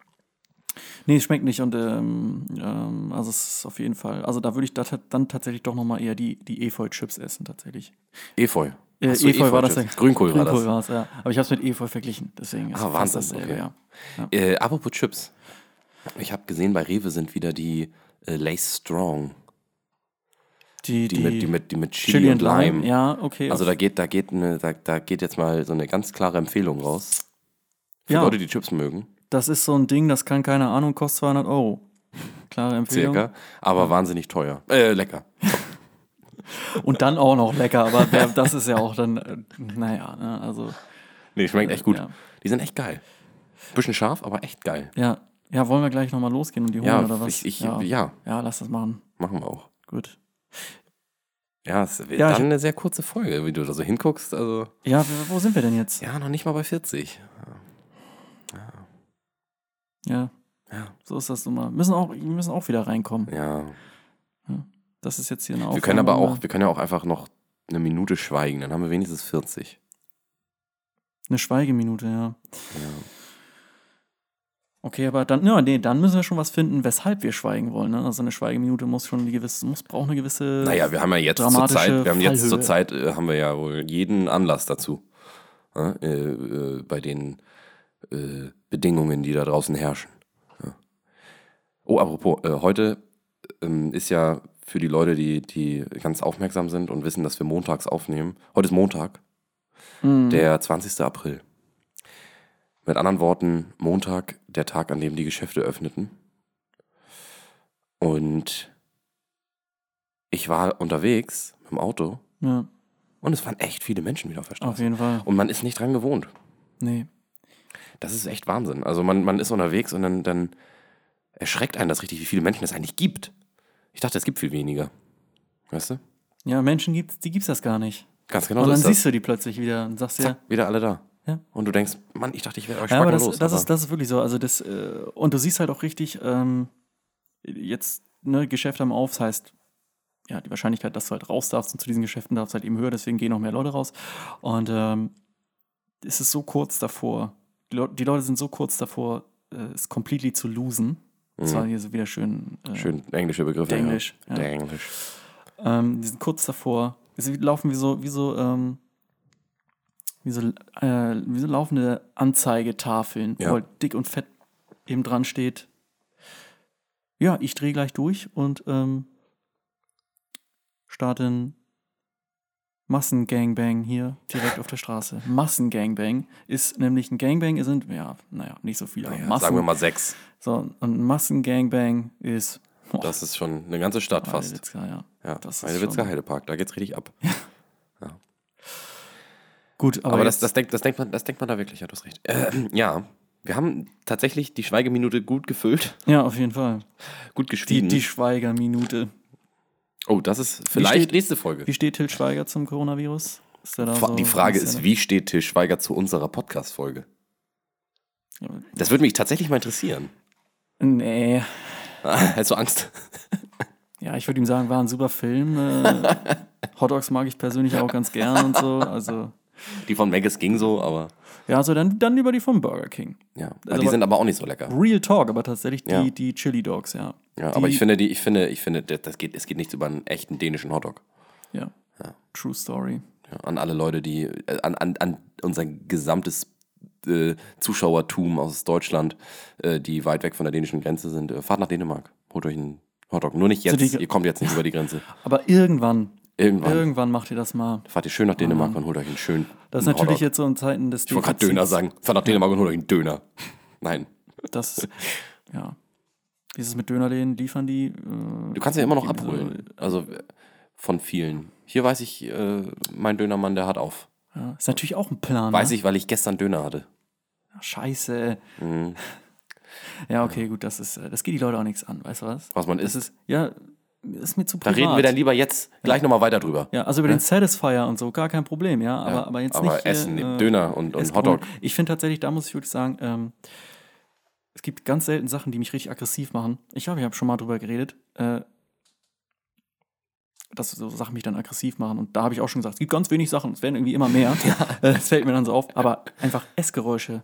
Nee, es schmeckt nicht und ähm, ähm, also es ist auf jeden Fall, also da würde ich da ta- dann tatsächlich doch nochmal eher die, die Efeu-Chips essen tatsächlich. Efeu. Äh, Ach so, Efeu war das Efeu-Chips. ja. Grünkohl, war das. war's, ja. Aber ich habe es mit Efeu verglichen, deswegen ist Ah, es fast Wahnsinn, dasselbe, okay. ja. Äh, apropos Chips. Ich habe gesehen, bei Rewe sind wieder die äh, Lace Strong. Die, Die, die, mit, die, mit, die mit Chili, und Lime. Ja, okay. Also da geht, da, geht eine, da, da geht jetzt mal so eine ganz klare Empfehlung raus. Für ja, Leute, die Chips mögen, das ist so ein Ding, das kann keine Ahnung, kostet 200 Euro. Klare Empfehlung. circa. Aber wahnsinnig teuer. Äh, lecker. Und dann auch noch lecker, aber wer, das ist ja auch dann, äh, naja, ne, also, Nee, schmeckt echt gut. Ja. Die sind echt geil. Bisschen scharf, aber echt geil. ja. Ja, wollen wir gleich nochmal losgehen und die holen Ja, oder was? ich, ich, ja. ja. Ja, lass das machen. machen wir auch. Gut. Ja, es wird Ja, ich- dann eine sehr kurze Folge, wie du da so hinguckst. Also, Ja, w- wo sind wir denn jetzt? ja, noch nicht mal bei 40. Ja. Ja. So ist das nun mal. Müssen auch, wir müssen auch wieder reinkommen. Ja, Das ist jetzt hier eine Wir Aufnahme. ne? können aber auch, eine- wir können ja auch einfach noch eine Minute schweigen, dann haben wir wenigstens 40. Eine Schweigeminute, ja. Ja. Okay, aber dann, ja, nee, dann müssen wir schon was finden, weshalb wir schweigen wollen. Ne? Also eine Schweigeminute muss schon eine gewisse, muss braucht eine gewisse. Naja, wir haben ja jetzt zur dramatische Zeit, wir haben jetzt Fallhöhe. zur Zeit, äh, haben wir ja wohl jeden Anlass dazu. Ja, äh, äh, bei den äh, Bedingungen, die da draußen herrschen. Ja. Oh, apropos, äh, heute ähm, ist ja für die Leute, die, die ganz aufmerksam sind und wissen, dass wir montags aufnehmen. Heute ist Montag, Mhm. der 20. April. Mit anderen Worten, Montag, der Tag, an dem die Geschäfte öffneten. Und ich war unterwegs mit dem Auto ja, und es waren echt viele Menschen wieder auf der auf Straße. jeden Fall. Und man ist nicht dran gewohnt. Nee. Das ist echt Wahnsinn. Also man, man ist unterwegs und dann, dann erschreckt einen das richtig, wie viele Menschen es eigentlich gibt. Ich dachte, es gibt viel weniger. Weißt du? Ja, Menschen gibt's, die gibt's das gar nicht. Ganz genau und so dann ist das. siehst du die plötzlich wieder und sagst dir, Zack, wieder alle da. Ja. Und du denkst, Mann, ich dachte, ich wäre Ja, aber das, los. das, ist, das ist wirklich so. Also das, äh, und du siehst halt auch richtig, ähm, jetzt, ne, Geschäfte haben auf, das heißt, ja, die Wahrscheinlichkeit, dass du halt raus darfst und zu diesen Geschäften darfst, halt eben höher, deswegen gehen noch mehr Leute raus. Und ähm, es ist so kurz davor, die, Leu- die Leute sind so kurz davor, äh, es completely zu losen. Mhm. Das war hier so wieder schön, äh, Schön englische Begriffe. Denglisch, Ja. ja. Denglisch. Ähm, die sind kurz davor. Sie laufen wie so, wie so, ähm, wie so, äh, wie so laufende Anzeigetafeln, Ja. wo halt dick und fett eben dran steht. Ja, ich drehe gleich durch und ähm, starte ein Massengangbang hier direkt auf <laughs> der Straße. Massengangbang ist nämlich ein Gangbang, sind, ja, naja, nicht so viel, aber Ja, Massen. sagen wir mal sechs. So, ein Massengangbang ist. boah, Das ist schon eine ganze Stadt fast. Heidewitzka, Ja. Ja, das ist Heidewitzka schon- Heidepark, da geht's richtig ab. Gut, aber, Aber, das, jetzt- das, denkt, das, denkt man, das denkt man da wirklich, ja, du hast recht. Ähm, ja, wir haben tatsächlich die Schweigeminute gut gefüllt, <laughs> Ja, auf jeden Fall. gut Die, geschrieben. die Schweigerminute. oh, das ist vielleicht steht- nächste Folge. Wie steht Til Schweiger zum Coronavirus? also, Ist der da Fa- so- die Frage der ist, da- wie steht Til Schweiger zu unserer Podcast-Folge? Ja, Das würde mich tatsächlich mal interessieren. <laughs> Nee. Ah, Hast du Angst? Ja, ich würde ihm sagen, war ein super Film. Äh, <laughs> Hot Dogs mag ich persönlich auch ganz gern und so. Also, Die von Maggis ging so, aber ja, also dann, dann lieber die vom Burger King. ja. Also die aber- sind aber auch nicht so lecker. Real Talk, aber tatsächlich die, Ja. die Chili Dogs, ja. Ja, die, aber ich finde, die, ich finde, ich finde, das das geht, es geht nichts über einen echten dänischen Hotdog. Ja. Ja. True Story. Ja, an alle Leute, die, äh, an, an, an unser gesamtes äh, Zuschauertum aus Deutschland, äh, die weit weg von der dänischen Grenze sind, äh, fahrt nach Dänemark, holt euch einen Hotdog. Nur nicht jetzt, Also die- ihr kommt <laughs> jetzt nicht über die Grenze. Aber irgendwann, Irgendwann irgendwann macht ihr das mal. fahrt ihr schön nach Dänemark und holt euch einen schönen Mhm. Das ist natürlich Hotdog. jetzt so in Zeiten des Ich wollte gerade Döner sagen. Fahrt nach Dänemark und holt euch einen Döner. Nein. Das ist, ja. Wie ist es mit Dönerläden? Liefern die? Äh, Du kannst ja immer noch Irgendwie so, abholen. Also äh, von vielen. Hier weiß ich, äh, mein Dönermann, der hat auf. Ja, äh, ist natürlich auch ein Plan. Weiß ne? ich, weil ich gestern Döner hatte. Scheiße. Mhm. Ja, okay, gut, das ist, äh, das geht die Leute auch nichts an, weißt du was? Was man Das isst. ist, ja, ist mir zu Da privat. reden wir dann lieber jetzt gleich nochmal weiter drüber. ja, also über den Satisfier und so, gar kein Problem, ja, aber, aber jetzt aber nicht. hier, Essen, äh, Döner und, und Essen Hotdog. holen. Ich finde tatsächlich, da muss ich wirklich sagen, ähm, es gibt ganz selten Sachen, die mich richtig aggressiv machen. Ich glaube, ich habe schon mal drüber geredet, äh, dass so Sachen mich dann aggressiv machen. Und da habe ich auch schon gesagt, es gibt ganz wenig Sachen, es werden irgendwie <laughs> immer mehr. Äh, Das fällt mir dann so auf. Aber einfach Essgeräusche.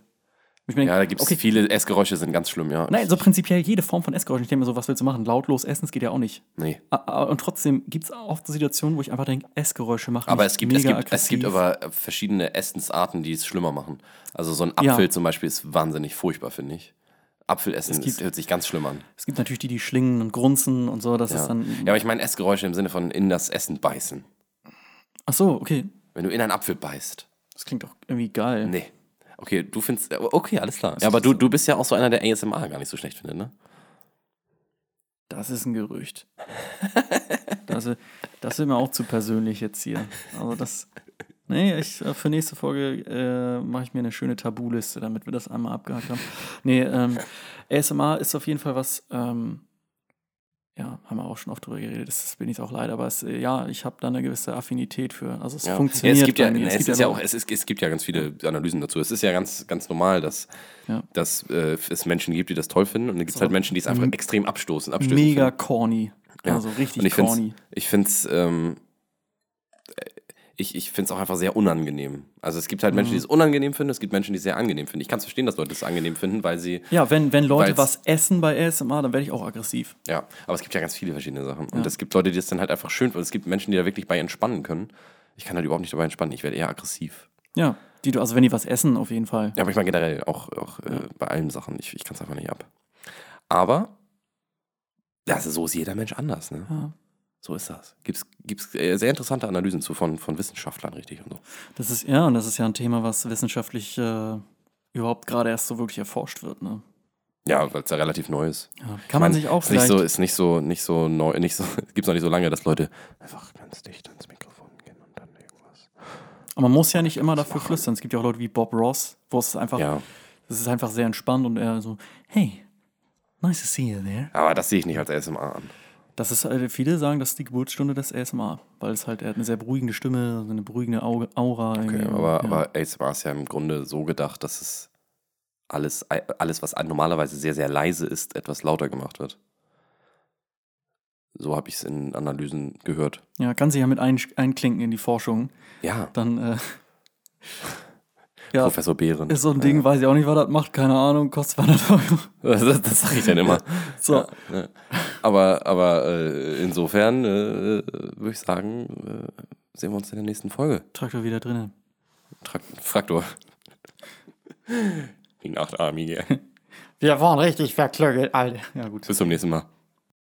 Ich mir Ja, denk, da gibt es okay, viele Essgeräusche, sind ganz schlimm, ja. Nein, so prinzipiell jede Form von Essgeräusch. Ich denke mir so, was willst du machen? Lautlos essen, das geht ja auch nicht. Nee. A- a- Und trotzdem gibt es oft Situationen, wo ich einfach denke, Essgeräusche machen. Aber mich es gibt, es, mega gibt, es gibt aggressiv. aber verschiedene Essensarten, die es schlimmer machen. Also so ein Ja. Apfel zum Beispiel ist wahnsinnig furchtbar, finde ich. Apfelessen gibt- ist, hört sich ganz schlimm an. Es gibt natürlich die, die schlingen und grunzen und so. Das Ja. ist dann. ja, aber ich meine Essgeräusche im Sinne von in das Essen beißen. Ach so, okay. Wenn du in einen Apfel beißt. Das klingt doch irgendwie geil. Nee. Okay, du findest. Okay, alles klar. Ja, aber du, du bist ja auch so einer, der ASMR gar nicht so schlecht findet, ne? Das ist ein Gerücht. <laughs> das, das ist mir auch zu persönlich jetzt hier. Also das. Nee, ich, äh, für nächste Folge äh, mache ich mir eine schöne Tabuliste, damit wir das einmal abgehakt haben. Nee, ähm, ASMR ist auf jeden Fall was, ähm, ja, haben wir auch schon oft drüber geredet, das bin ich auch leider, aber es, äh, ja, ich habe da eine gewisse Affinität für. Also es Ja. funktioniert. Ja, es gibt ja, bei mir. es ist ja Leute- auch, es, ist, es gibt ja ganz viele Analysen dazu. Es ist ja ganz, ganz normal, dass, Ja. dass äh, es Menschen gibt, die das toll finden. Und dann gibt es So. Mhm. halt Menschen, die es einfach extrem abstoßen. abstößend mega finden. corny. Ja. Also richtig Und ich find's- corny. Ich finde es ähm, äh, ich, ich find's auch einfach sehr unangenehm. Also es gibt halt Menschen, die Mhm. es unangenehm finden. Es gibt Menschen, die es sehr angenehm finden. Ich kann es verstehen, dass Leute es angenehm finden, weil sie Ja, wenn, wenn Leute Weil's- was essen bei ASMR, dann werde ich auch aggressiv. Ja, aber es gibt ja ganz viele verschiedene Sachen. Und es gibt Leute, die das dann halt einfach schön finden. Es gibt Menschen, die da wirklich bei entspannen können. Ich kann halt überhaupt nicht dabei entspannen. Ich werde eher aggressiv. Ja, die du, also wenn die was essen, auf jeden Fall. Ja, aber ich meine generell auch, auch äh, bei allen Sachen. Ich, ich kann es einfach nicht ab. Aber das, so ist jeder Mensch anders. Ne? Ja. So ist das. Gibt es gibt's, äh, sehr interessante Analysen zu von, von Wissenschaftlern, richtig und so. Das ist, ja, und das ist ja ein Thema, was wissenschaftlich äh, überhaupt gerade erst so wirklich erforscht wird. Ne? Ja, weil es ja relativ neu ist. Ja. Kann man Ich mein, sich auch ist nicht vielleicht. so Ist nicht so, nicht so neu, nicht so, <laughs> gibt es noch nicht so lange, dass Leute einfach ganz dicht ans Mikrofon gehen und dann irgendwas. aber man muss ja nicht immer dafür flüstern. Es gibt ja auch Leute wie Bob Ross, wo es einfach, Ja. das ist einfach sehr entspannt und er so, hey, nice to see you there. Aber das sehe ich nicht als ASMR an. Das ist, äh, viele sagen, das ist die Geburtsstunde des ASMR, weil es halt, er hat eine sehr beruhigende Stimme, so eine beruhigende Au- Aura. Okay, irgendwie. aber, ja. aber ASMR ist ja im Grunde so gedacht, dass es alles, alles, was normalerweise sehr, sehr leise ist, etwas lauter gemacht wird. So habe ich es in Analysen gehört. ja, kann sich ja mit ein, einklinken in die Forschung. Ja, <laughs> Dann, äh, ja, Professor Behrens. ist so ein Ding, weiß ich auch nicht, was das macht, keine Ahnung, kostet <laughs> 200 Euro. <laughs> Das, das sage ich dann immer. <laughs> So, Ja, ja. Aber, aber äh, insofern äh, würde ich sagen, äh, sehen wir uns in der nächsten Folge. Traktor wieder drinnen. Trak <laughs> Fraktor. Die Nachtarmige. Wir waren richtig verklögelt, Alter. Ja, gut. Bis zum nächsten Mal.